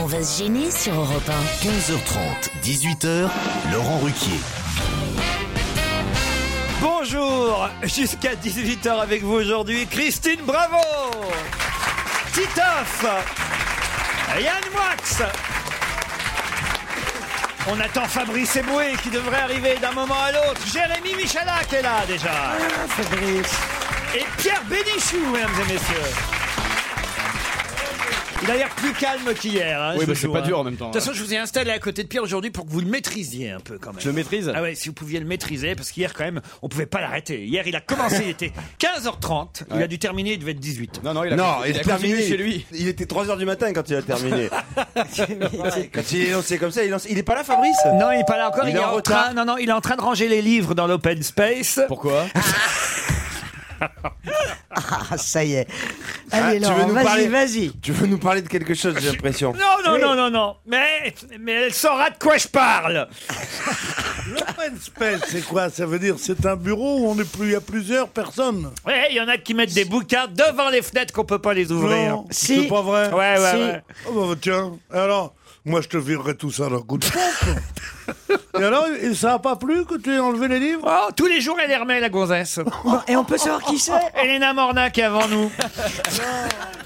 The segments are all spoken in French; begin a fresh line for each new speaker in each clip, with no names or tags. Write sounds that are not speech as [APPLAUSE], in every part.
On va se gêner sur Europe
15h30, 18h, Laurent Ruquier.
Bonjour Jusqu'à 18h avec vous aujourd'hui, Christine Bravo Titoff Yann Moix On attend Fabrice Eboué qui devrait arriver d'un moment à l'autre. Jérémy Michalak est là déjà Fabrice Et Pierre Bénichou, mesdames et messieurs Il a l'air plus calme qu'hier. hein,
Oui,
ce
mais c'est
jour,
pas
hein.
dur en même temps.
De toute façon, je vous ai installé à côté de Pierre aujourd'hui pour que vous le maîtrisiez un peu quand même.
Je le maîtrise
Ah ouais, si vous pouviez le maîtriser, parce qu'hier quand même, on pouvait pas l'arrêter. Hier, il a commencé, il était 15h30, il a dû terminer, il devait être 18.
Non, non, il a,
Non,
il
Ah, il,
a
a
continué
terminé
chez
[LAUGHS]
lui.
Il était 3h du matin quand il a [LAUGHS] terminé. quand il est lancé comme ça, il, lance... il est pas là, Fabrice
Non, il est pas là encore,
Il
il,
est
est
en
en
retard.
train,
[LAUGHS]
non, non, il est en train de ranger les livres dans l'open space. [LAUGHS]
Pourquoi
Ah, ça y est. Allez,
Ah, tu veux
Laurent,
nous
vas-y,
parler-
vas-y.
Tu veux nous parler de quelque chose, j'ai l'impression.
Non, non, non, non, non, mais, mais elle saura de quoi je parle.
[LAUGHS] L'open space, c'est quoi Ça veut dire c'est un bureau où on est plus, il y a plusieurs personnes.
Ouais, il y en a qui mettent des bouquins devant les fenêtres qu'on peut pas les ouvrir.
Non,
Si.
c'est pas vrai.
Ouais, ouais,
Si.
ouais.
Oh, bah, bah, tiens, alors, moi je te virerai tout ça d'un coup de pompe. Et alors, et ça a pas plu que tu aies enlevé les livres
Oh, tous les jours, elle les remet, la gonzesse.
Bon, Oh, et on peut savoir qui c'est
[LAUGHS] Elena Morna qui est
[LAUGHS]
avant nous.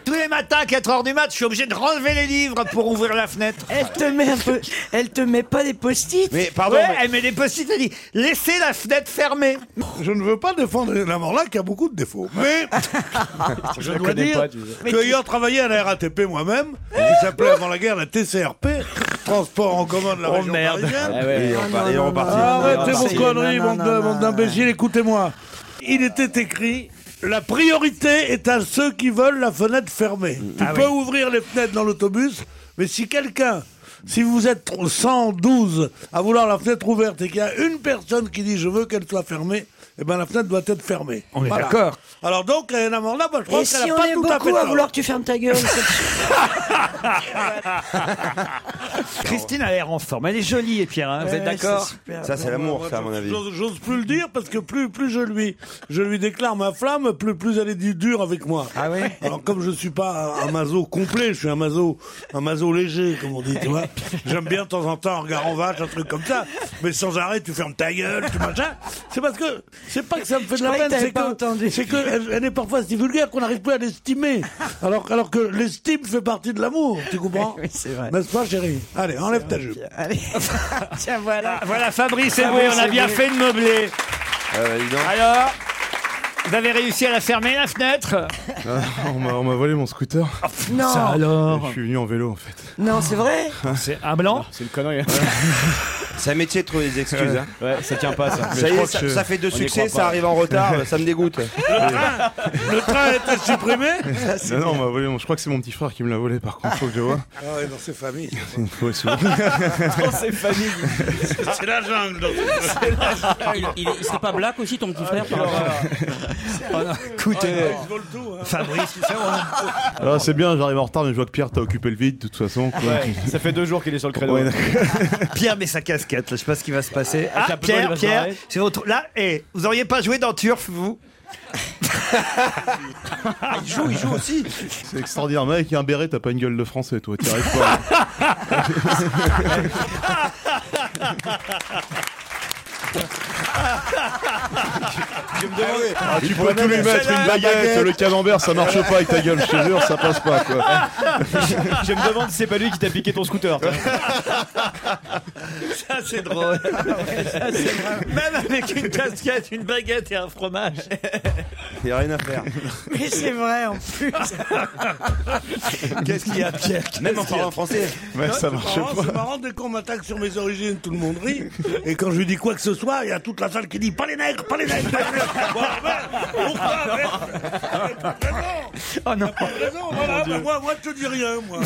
Tous les matins, à 4h du mat, je suis obligé de renlever les livres pour ouvrir la fenêtre.
Elle te met un peu. Elle te met pas des post-it
Mais pardon,
Ouais,
mais-
elle met des post-it, elle dit Laissez la fenêtre fermée.
Je ne veux pas défendre la mort là qui a beaucoup de défauts. Mais
Je
[LAUGHS] je dois dire
tu sais.
que ayant travaillé à la RATP moi-même, qui s'appelait avant la guerre la TCRP, Transport en commun de la
Oh,
région
merde.
parisienne, Ah
Ah ouais.
Eh Et on part- et on repartit.
Ah,
Arrêtez vos
non,
conneries,
non,
bande
non,
de-
non,
bande
non.
d'imbéciles, écoutez-moi. Il était écrit la priorité est à ceux qui veulent la fenêtre fermée.
Mm.
Tu
Ah
peux ouvrir les fenêtres dans l'autobus, mais si quelqu'un, si vous êtes trop- 112 à vouloir la fenêtre ouverte et qu'il y a une personne qui dit je veux qu'elle soit fermée, eh ben la fenêtre doit être fermée.
On est
Voilà.
d'accord.
Alors donc, Hélène Amanda, moi, je
Et
pense qu'elle
si
n'a
on
pas
est
tout à fait
beaucoup à
tort.
vouloir que tu fermes ta
[LAUGHS]
gueule c'est-
Christine a l'air en forme. Elle est jolie, et Pierre, hein, vous êtes
Ouais,
d'accord
c'est super.
Ça, c'est l'amour,
Moi,
ça, à mon
j'ose-
avis.
J'ose j'ose plus le dire parce que plus, plus je lui, je lui déclare ma flamme, plus, plus elle est du- dure avec moi.
Ah oui
[LAUGHS] Alors comme je suis pas un, un maso complet, je suis un maso, un maso léger, comme on dit, tu vois. J'aime bien de temps en temps un regard en vache, un truc comme ça. Mais sans arrêt, tu fermes ta gueule, tu machin. C'est parce que, c'est pas que ça me fait de la
croyais que
peine,
t'avais
c'est
pas
que,
entendu.
c'est que elle, elle est parfois si vulgaire qu'on n'arrive plus à l'estimer. Alors, alors que l'estime fait partie de l'amour, tu comprends?
[LAUGHS] Oui, c'est vrai.
N'est-ce pas, chérie? Allez, enlève ta jupe.
Allez. [LAUGHS] Tiens, voilà.
Ah, Voilà, Fabrice et Boué, on a bien
[LAUGHS]
fait de meubler.
Ah, bah, dis donc.
Alors vous avez réussi à la fermer, la fenêtre
Ah, On m'a- on m'a volé mon scooter.
Ah,
Non,
Je suis venu en vélo en fait.
non, c'est vrai.
C'est un blanc
C'est une connerie.
[LAUGHS]
hein.
C'est un métier de trouver des excuses. hein.
ouais, ça tient pas ça. Mais je
Ça y est,
crois
ça,
que je-
ça fait deux
on y
succès,
croit
ça
pas.
arrive en retard, ça me
[LAUGHS]
dégoûte.
Le train a été [LAUGHS] supprimé?
Non, non, on m'a volé. mon- Je crois que c'est mon petit frère qui me l'a volé par contre. Faut que je vois.
Ah ouais, dans ses
[LAUGHS]
familles.
C'est une fausse
[LAUGHS]
souvent.
Oh,
[LAUGHS] C'est la jungle. donc.
Il, il, il serait pas black aussi, ton petit frère
Ah,
par Ah, hasard
Écoutez,
euh,
Ils volent tout. hein.
Fabrice,
Alors c'est bien, j'arrive en retard, mais je vois que Pierre t'a occupé le vide de toute façon. quoi. [LAUGHS]
Ça fait deux jours qu'il est sur le [LAUGHS]
[LAUGHS]
créneau.
Ouais, d'accord.
Pierre met sa casquette, là, je sais pas ce qui va se passer. Ah,
la poudre, il
Pierre,
va se
Pierre,
barrer.
c'est votre... Là, eh, vous auriez pas joué dans Turf, vous
Il joue, il joue aussi.
c'est extraordinaire. Mais avec un béret, t'as pas une gueule de français, toi. T'y arrives pas.
[LAUGHS] Tu me demandes.
Ah, tu peux tout lui mettre, une baguette, le camembert, ça marche pas avec ta gueule, je te jure, ça passe pas quoi.
Je me demande si c'est pas lui qui t'a piqué ton scooter. toi.
Ça, c'est drôle. Même avec une casquette, une baguette et un fromage.
Il n'y a rien à faire.
Mais c'est vrai en plus.
Qu'est-ce qu'il y a, Pierre
Même en parlant français.
Non, c'est marrant, C'est marrant, dès qu'on m'attaque sur mes origines, tout le monde rit. Et quand je lui dis quoi que ce soit, il y a toute la salle qui dit Pas les nègres, pas les nègres, pas les nègres. Bon, ben, pourquoi, ben,
Oh non.
T'as raison, voilà, moi, moi, je te dis rien, moi.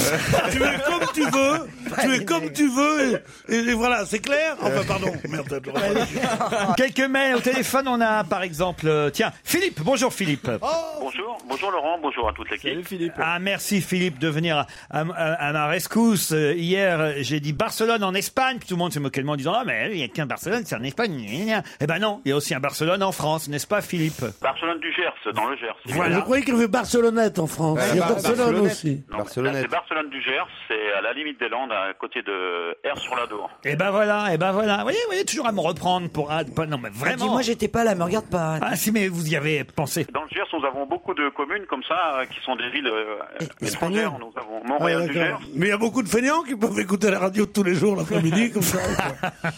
tu es comme tu veux, tu es comme tu veux, et, et- et voilà, c'est clair Enfin, pardon, merde, t'as tout raison.
[LAUGHS] Quelques mails au téléphone, on a par exemple, euh, tiens, Philippe, bonjour Philippe.
Oh, Bonjour, bonjour Laurent, bonjour à toute l'équipe. Salut Philippe.
Ah, merci Philippe de venir à, à- à- à ma rescousse. Euh, Hier, euh, j'ai dit Barcelone en Espagne. Puis tout le monde s'est moqué de moi en disant Ah, mais il n'y a qu'un Barcelone, c'est en Espagne. Gna, gna. Eh ben non, il y a aussi un Barcelone en France, n'est-ce pas Philippe
Barcelone du Gers, dans le Gers.
Je croyais qu'il y avait Barcelonnette en France. Il y a
Eh
Barcelone
ben,
aussi.
Non, mais là, C'est Barcelone du Gers, c'est à la limite des Landes, à côté de R sur la Dour.
Eh ben voilà, eh ben voilà. Vous voyez, vous voyez toujours à me reprendre pour. ah, pas- non, mais vraiment.
Dis-moi, j'étais pas là, me regarde pas.
Ah si, mais vous y avez pensé.
Dans le Gers, nous avons beaucoup de communes comme ça, euh, qui sont des villes euh, étrangères. Nous avons Montréal
Ah,
du Gers,
d'accord. Mais il y a beaucoup de fainéants qui peuvent écouter la radio tous les jours [LAUGHS] l'après-midi, comme ça.
Ah,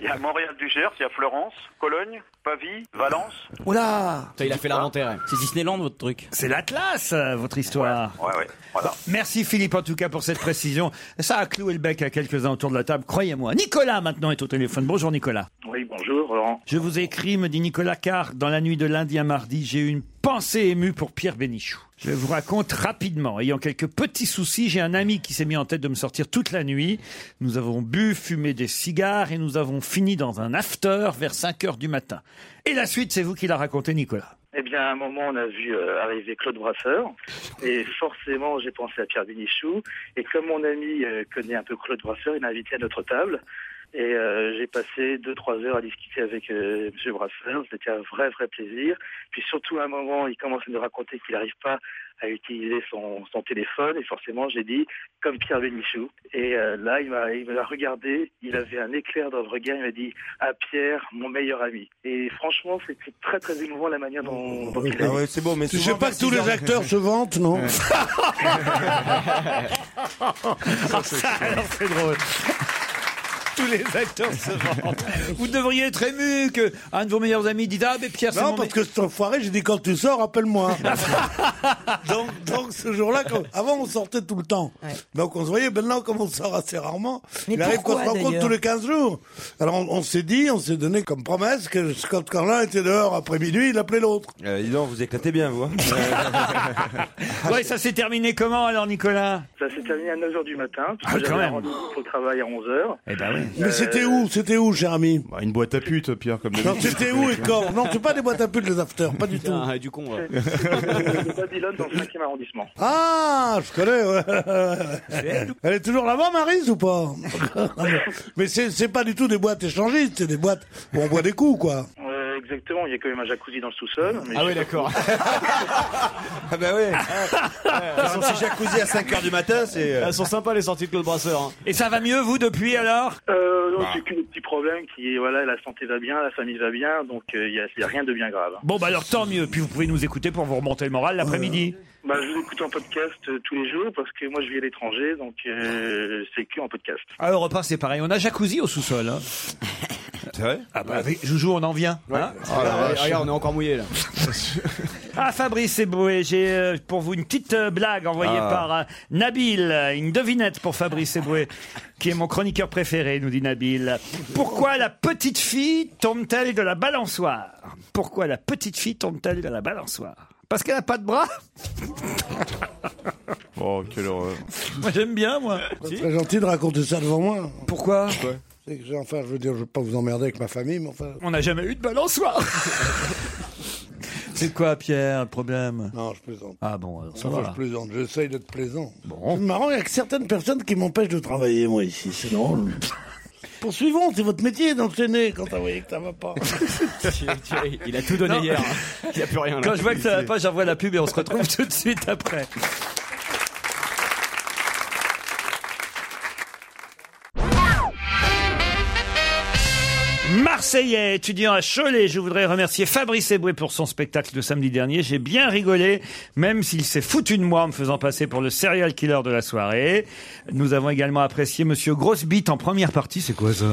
il y a Montréal du Gers, il y a Florence, Cologne, Pavie, Valence.
Oula
Il a fait l'inventaire. C'est Disneyland votre truc.
C'est l'Atlas, euh, votre histoire.
Ouais, ouais, voilà.
Merci Philippe en tout cas pour cette précision. Ça a cloué le bec à quelques-uns autour de la table, croyez-moi. Nicolas maintenant est au téléphone. Bonjour Nicolas.
Oui, bonjour Laurent.
Je vous écris, me dit Nicolas, car dans la nuit de lundi à mardi, j'ai eu une pensée émue pour Pierre Bénichou. Je vous raconte rapidement. Ayant quelques petits soucis, j'ai un ami qui s'est mis en tête de me sortir toute la nuit. Nous avons bu, fumé des cigares et nous avons fini dans un after vers 5 heures du matin. Et la suite, c'est vous qui la racontez, Nicolas.
Eh bien, à un moment, on a vu euh, arriver Claude Brasseur, et forcément, j'ai pensé à Pierre Bénichou. Et comme mon ami euh, connaît un peu Claude Brasseur, il m'a invité à notre table. Et euh, j'ai passé deux, trois heures à discuter avec euh, M. Brasseur. C'était un vrai, vrai plaisir. Puis surtout, à un moment, il commence à nous raconter qu'il n'arrive pas à utiliser son, son téléphone. Et forcément, j'ai dit, comme Pierre Bénichou. Et euh, là, il m'a il m'a regardé. Il avait un éclair dans le regard. Il m'a dit, à Pierre, mon meilleur ami. Et franchement, c'était très, très émouvant la manière dont, dont il a dit.
Ah c'est bon, mais Je sais
souvent,
pas
vers
que tous
six
les
heures.
acteurs se vantent, non
Alors, c'est drôle. Tous les acteurs se vantent. Vous devriez être ému que un de vos meilleurs amis dise Ah, mais Pierre, c'est
[LAUGHS] Non,
mon
parce que cet enfoiré, j'ai dit quand tu sors, [LAUGHS] appelle-moi. donc, donc ce jour-là, quand- avant on sortait tout le temps. Donc on se voyait, maintenant comme on sort assez rarement,
Mais
il arrive qu'on se
pourquoi,
rencontre
d'ailleurs
tous les 15 jours. Alors on, on s'est dit, on s'est donné comme promesse que quand, quand l'un était dehors après minuit, il appelait l'autre.
[LAUGHS] Euh, dis donc, vous éclatez bien, vous. hein.
Ouais, ça s'est terminé comment alors, Nicolas
Ça s'est terminé à 9h du matin, parce
Ah,
que
quand
j'avais
même.
rendez-vous pour le travail à 11h.
Eh ben oui.
Mais c'était où C'était où, cher ami
Ah Bah, Une boîte à pute, Pierre, comme
Non,
d'habitude.
c'était où et quand Non, c'est pas des boîtes à putes, les afters, pas du tout.
Ah, du con. ouais.
C'était Babylone dans le 5e arrondissement.
[LAUGHS] Ah, je connais. ouais. Elle est toujours là-bas, Marise, ou pas Mais c'est c'est pas du tout des boîtes échangistes, c'est des boîtes où on boit des coups, quoi.
Euh, exactement, il y a quand même un jacuzzi dans le sous-sol. mais
Ah
je-
oui, d'accord. [LAUGHS]
Ah bah ouais. Ah, Ils sont chez jacuzzi à 5h du matin, c'est. euh.
Elles sont sympas les sorties de Claude Brasseur. hein.
Et ça va mieux, vous, depuis alors
Euh, non, j'ai que des petits problèmes qui, voilà, la santé va bien, la famille va bien, donc euh, il n'y a, il y a rien de bien grave.
Bon, bah alors [LAUGHS] tant mieux. Puis vous pouvez nous écouter pour vous remonter le moral l'après-midi.
Bah, je vous écoute en podcast euh, tous les jours parce que moi je vis à l'étranger, donc euh, c'est que en podcast.
À Europe 1, c'est pareil. On a jacuzzi au sous-sol. hein.
C'est vrai
Ah bah, avec Joujou, on en vient. hein.
Ah, regarde, on est encore mouillé là.
[LAUGHS] Ah, Fabrice Eboué, j'ai euh, pour vous une petite euh, blague envoyée
Ah.
par euh, Nabil. euh, Une devinette pour Fabrice Eboué, qui est mon chroniqueur préféré, nous dit Nabil. Pourquoi la petite fille tombe-t-elle de la balançoire Pourquoi la petite fille tombe-t-elle de la balançoire Parce qu'elle n'a pas de bras [LAUGHS]
Oh, quelle horreur.
Moi, j'aime bien, moi.
C'est très gentil de raconter ça devant moi.
Pourquoi
C'est que j'ai- Enfin, je veux dire, je veux pas vous emmerder avec ma famille, mais enfin.
On n'a jamais eu de balançoire C'est quoi, Pierre, le problème
Non, je plaisante.
Ah bon, alors ça
Enfin,
va.
je plaisante, j'essaye d'être plaisant. C'est marrant, il y a que certaines personnes qui m'empêchent de travailler, moi, ici. C'est drôle. Poursuivons, c'est votre métier d'enchaîner quand t'as voyé que ça va pas.
[LAUGHS] Il a tout donné
Non.
hier. hein. Il n'y a plus rien là.
Quand je vois que ça va pas, j'envoie la pub et on se retrouve tout de suite après. Marseillais, étudiant à Cholet. Je voudrais remercier Fabrice Eboué pour son spectacle de samedi dernier. J'ai bien rigolé, même s'il s'est foutu de moi en me faisant passer pour le serial killer de la soirée. Nous avons également apprécié Monsieur Grosse Bite en première partie. C'est quoi ça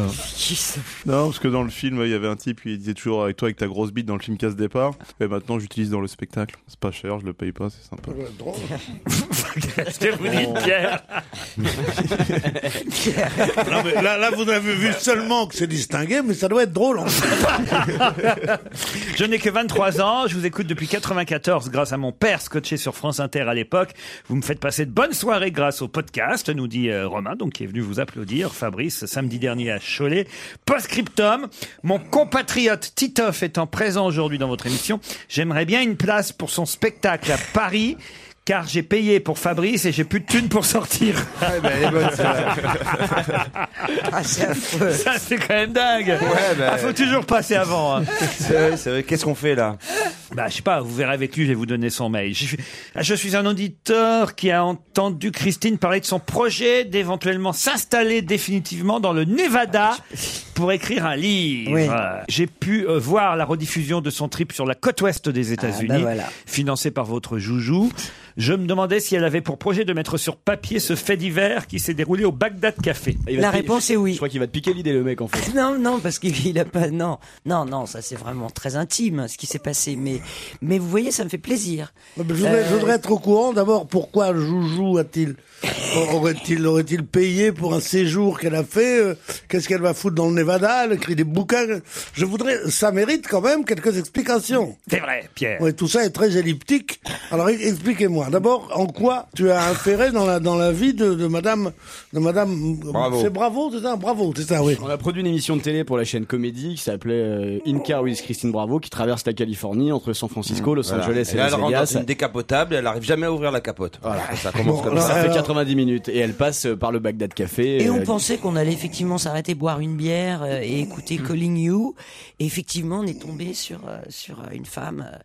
Non, parce que dans le film, il y avait un type qui disait toujours avec toi, avec ta grosse bite dans le film casse départ. Et maintenant, j'utilise dans le spectacle. C'est pas cher, je le paye pas, c'est sympa. [LAUGHS]
Qu'est-ce que vous dites, Pierre
Non, mais là, là, vous avez vu seulement que c'est distingué, mais ça doit être drôle. En
[LAUGHS] Je n'ai que 23 ans, je vous écoute depuis 94 grâce à mon père scotché sur France Inter à l'époque. Vous me faites passer de bonnes soirées grâce au podcast, nous dit euh, Romain, donc qui est venu vous applaudir, Fabrice, samedi dernier à Cholet. Post-scriptum, mon compatriote Titoff étant présent aujourd'hui dans votre émission, j'aimerais bien une place pour son spectacle à Paris. Car j'ai payé pour Fabrice et j'ai plus de thunes pour sortir.
ben, elle est bonne, celle-là.
[LAUGHS]
Ah,
Ça, c'est quand même dingue.
ben-
Ah, faut toujours passer avant. hein.
C'est vrai, c'est vrai. Qu'est-ce qu'on fait là
Bah, je sais pas, vous verrez avec lui, je vais vous donner son mail. Je, suis- ah, je suis un auditeur qui a entendu Christine parler de son projet d'éventuellement s'installer définitivement dans le Nevada pour écrire un livre.
Oui.
Euh, J'ai pu euh, voir la rediffusion de son trip sur la côte ouest des États-Unis,
voilà.
financé par votre joujou. Je me demandais si elle avait pour projet de mettre sur papier ce fait divers qui s'est déroulé au Bagdad Café.
La réponse est oui. Je crois
qu'il va te piquer l'idée, le mec, en fait.
Non, non, parce qu'il a pas. Non, non, non, ça c'est vraiment très intime ce qui s'est passé. Mais, mais vous voyez, ça me fait plaisir. Euh,
Je voudrais, je voudrais être au courant d'abord pourquoi Joujou a-t-il aurait-il aurait-il payé pour un séjour qu'elle a fait euh, Qu'est-ce qu'elle va foutre dans le Nevada Elle écrit des bouquins. Je voudrais, ça mérite quand même quelques explications.
C'est vrai, Pierre.
Oui, tout ça est très elliptique. Alors e- expliquez-moi. D'abord, en quoi tu as inféré dans la dans la vie de, de Madame de Madame
Bravo.
C'est bravo, c'est ça, bravo, c'est ça, oui.
On a produit une émission de télé pour la chaîne Comédie qui s'appelait euh, In Car with Christine Bravo qui traverse la Californie entre San Francisco, Los
Voilà.
Angeles et,
Et là,
Las
elle rentre
Vegas.
dans une décapotable, elle n'arrive jamais à ouvrir la capote. Voilà, ça commence
Bon,
comme
ça
ça.
fait 90 minutes et elle passe euh, par le Bagdad Café.
Et
euh,
on pensait qu'on allait effectivement s'arrêter boire une bière euh, et écouter Calling You. Et effectivement, on est tombé sur euh, sur euh, une femme euh,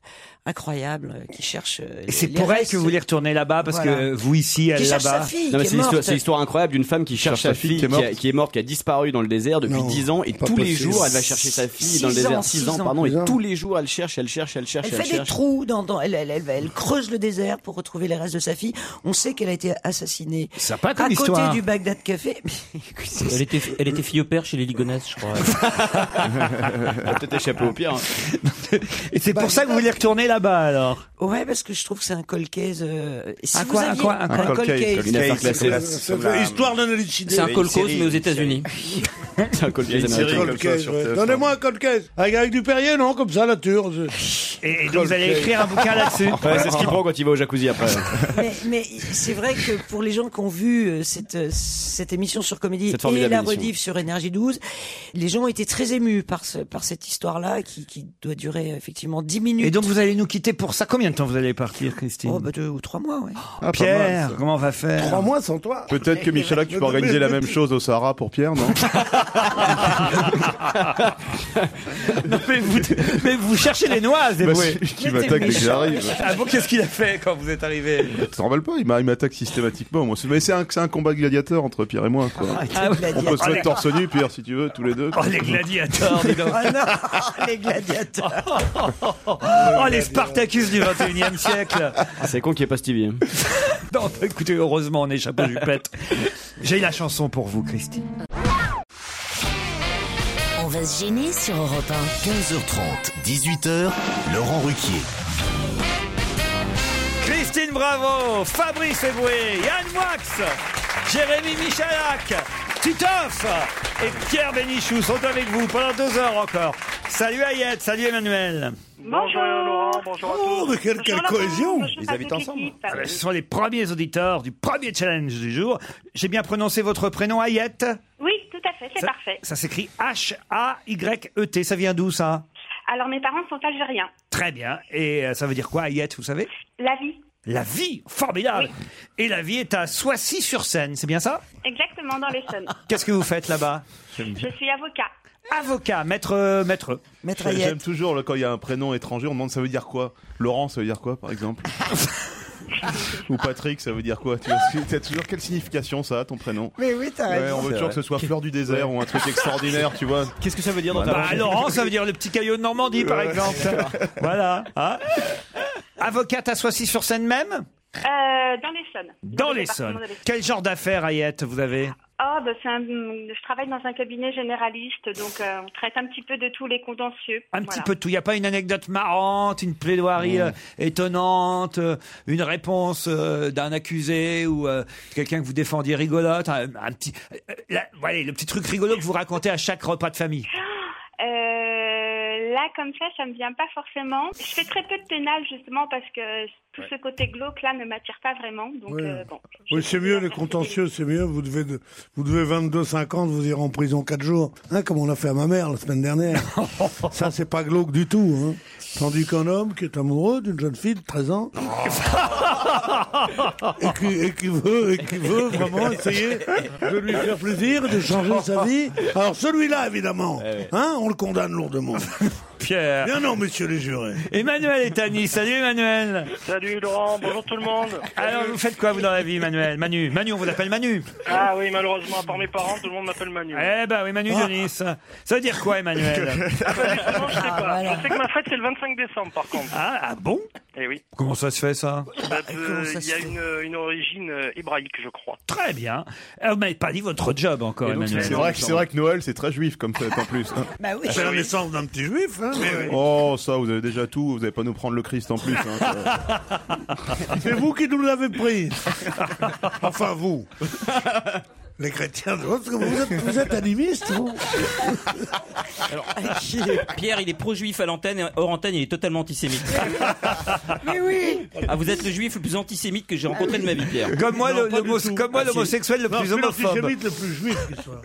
incroyable euh, qui cherche. euh,
Et c'est
les
pour elle
restes.
que vous voulez retourner là-bas parce
Voilà.
que euh, vous ici, elle
Qui
là-bas.
cherche sa fille,
Non, mais c'est l'histoire,
morte.
c'est l'histoire incroyable d'une femme qui cherche sa fille, qui, a- qui est morte, qui a disparu dans le désert depuis 10 ans, et tous
pas
les
possible.
jours elle va chercher sa fille
Six
dans le
ans,
désert, 6
six
ans,
ans,
pardon,
six
et
ans.
tous les jours elle cherche, elle cherche, elle cherche,
Elle
elle,
fait des
cherche.
trous dans, dans elle, elle, elle, elle creuse le désert pour retrouver les restes de sa fille. On sait qu'elle a été assassinée
Sympa
comme
à côté
histoire.
du Bagdad Café. [LAUGHS]
Elle était, elle était fille au père chez les Ligonès, je crois.
Peut-être échapper au pire. hein.
Et c'est
Bah,
pour ça que vous voulez retourner là-bas alors
Ouais, parce que je trouve que c'est un cold case. euh, si
Un
vous
quoi, un
aviez-
quoi, un quoi
cold case.
Une affaire classée.
Ah, Histoire d'un élucidé.
C'est un cold cause, mais aux
États-Unis.
C'est un cold
Il y a une
case
série
américain.
comme ça sur TF1. Donnez-moi un cold case. Avec, avec du Perrier, non Comme ça, la nature.
Et,
Cold case. Ouais, c'est ce qu'il prend quand il va au jacuzzi après.
Mais, mais c'est vrai que pour les gens qui ont vu euh, cette, euh, cette émission sur Comédie
Cette
et
formidable
la
émission.
rediff sur Énergie 12, les gens ont été très émus par, ce, par cette histoire-là qui, qui doit durer euh, effectivement 10 minutes.
Et donc vous allez nous quitter pour ça Combien de temps vous allez partir, Christine Oh,
Oh, bah deux ou trois mois, ouais.
Ah, Pierre, comment on [LAUGHS] va faire
Trois mois sans toi.
Peut-être que Michalak, tu peux organiser la même chose au Sahara pour Pierre, non
Non, mais, vous, mais vous cherchez les noises,
Bah,
Eboué.
c'est- qui m'attaque dès que j'arrive.
Ah bon, qu'est-ce qu'il a fait quand vous êtes arrivé
Ça remballe pas, il m'a- il m'attaque systématiquement. Moi, c'est- mais c'est un, c'est un combat de gladiateur entre Pierre et moi. quoi.
Ah ouais.
On peut se
Allez.
mettre torse nu, Pierre, si tu veux, tous les deux.
Oh les gladiateurs,
[LAUGHS]
dis donc.
Ah
Oh non, les gladiateurs.
Oh les Spartacus du 21e siècle
Ah, C'est con qu'il n'y ait pas Stevie. hein.
[LAUGHS] Non, bah, écoutez, heureusement, on est chapeau jupette. J'ai la chanson pour vous, Christine.
On va se gêner sur Europe
15h30, 18h, Laurent Ruquier.
Christine Bravo, Fabrice Eboué, Yann Wax, Jérémy Michalak, Titoff et Pierre Bénichou sont avec vous pendant deux heures encore. Salut Ayette, salut Emmanuel.
Bonjour Laurent,
Oh,
bonjour à tous. Bonjour, Laurent, bonjour à toute l'équipe.
Ah ben, ce sont les premiers auditeurs du premier challenge du jour. J'ai bien prononcé votre prénom Ayette
Oui, tout à fait, c'est parfait.
Ça s'écrit H-A-Y-E-T. E Ça vient d'où ça
Alors mes parents sont algériens.
Très bien. Et euh, ça veut dire quoi Ayette, vous savez
La vie,
La vie, formidable. Et la vie est à Soissy-sur-Seine, c'est bien ça
exactement dans
[LAUGHS]
l'Essonne.
Qu'est-ce que vous faites là-bas
Je suis avocat.
Avocat, maître, maître.
Maître J'aime toujours le- quand il y a un prénom étranger, on demande ça veut dire quoi Laurent, ça veut dire quoi par exemple Ou Patrick, ça veut dire quoi Tu vois, c'est- t'as toujours quelle signification ça a ton prénom
Mais oui, t'as
Ouais,
raison.
on veut
C'est
toujours que
vrai.
ce soit fleur du désert ou un truc extraordinaire, tu vois.
Qu'est-ce que ça veut dire
dans ta
Bah,
langue
Laurent, ça veut dire le petit caillot de Normandie, par
Ouais.
exemple.
[LAUGHS]
voilà. hein. Avocate à Soissy sur Seine même
Euh, dans l'Essonne.
Dans
le
l'Essonne.
département de l'Essonne.
Quel genre d'affaires, Ayette, vous avez
Ah, bah, c'est un- je travaille dans un cabinet généraliste, donc euh, on traite un petit peu de tous les contentieux.
Un petit peu de tout. Il n'y a pas une anecdote marrante, une plaidoirie euh, étonnante, euh, une réponse euh, d'un accusé ou euh, quelqu'un que vous défendiez rigolote. Un, un petit, euh, là, voilà, le petit truc rigolo que vous racontez à chaque repas de famille.
Euh, là, comme ça, ça me vient pas forcément. Je fais très peu de pénal, justement, parce que tout
Ouais.
ce côté glauque, là, ne m'attire pas vraiment. Donc,
Ouais.
euh, bon.
Oui, c'est mieux, les contentieux, c'est mieux. Vous devez, de- vous devez 22,50, vous irez en prison 4 jours. Hein, comme on l'a fait à ma mère la semaine
[LAUGHS]
dernière. Ça, c'est pas glauque du tout. Hein. Tandis qu'un homme qui est amoureux d'une jeune fille de 13 ans et, qui, et qui veut, et qui veut vraiment essayer de lui faire plaisir, de changer sa vie. Alors celui-là, évidemment,
Eh
hein, on le condamne
[LAUGHS]
lourdement.
Pierre.
Bien non, messieurs les jurés.
Emmanuel est à Nice. Salut Emmanuel.
Salut Laurent, bonjour tout le monde.
Alors, vous faites quoi, vous, dans la vie, Emmanuel Manu. Manu, on vous appelle Manu.
Ah oui, malheureusement, à part mes parents, tout le monde m'appelle Manu.
Eh ben oui, Manu
Ah.
de Nice. Ça veut dire quoi, Emmanuel
Non, je sais pas. Je sais que ma fête, c'est le 25 décembre, par contre.
Ah, ah bon
Eh oui.
Comment ça se fait, ça
Bah, euh, Il y a une, euh, une origine euh, hébraïque, je crois.
Très bien. Euh, Vous m'avez pas dit votre job encore,
Et donc,
Emmanuel.
C'est vrai, que- c'est vrai que Noël, c'est très juif comme fête en plus.
[LAUGHS]
hein.
Bah oui.
Ah,
Ah,
C'est la naissance d'un petit juif. Hein, mais oui.
Oh, ça, vous avez déjà tout, vous n'allez pas nous prendre le Christ en plus. hein.
[LAUGHS]
C'est vous qui nous l'avez pris. [LAUGHS] Enfin, vous. Les chrétiens, parce que vous êtes, vous êtes animiste, vous.
Alors, Pierre, il est pro-juif à l'antenne, et hors antenne, il est totalement antisémite.
Mais oui
Ah, vous êtes le juif le plus antisémite que j'ai rencontré de ma vie, Pierre.
Comme moi, le-
pas du
l'homo-
tout.
comme moi,
Ah, si.
l'homosexuel le
Non,
plus
je suis
homophobe.
l'antisémite
le plus juif qui soit.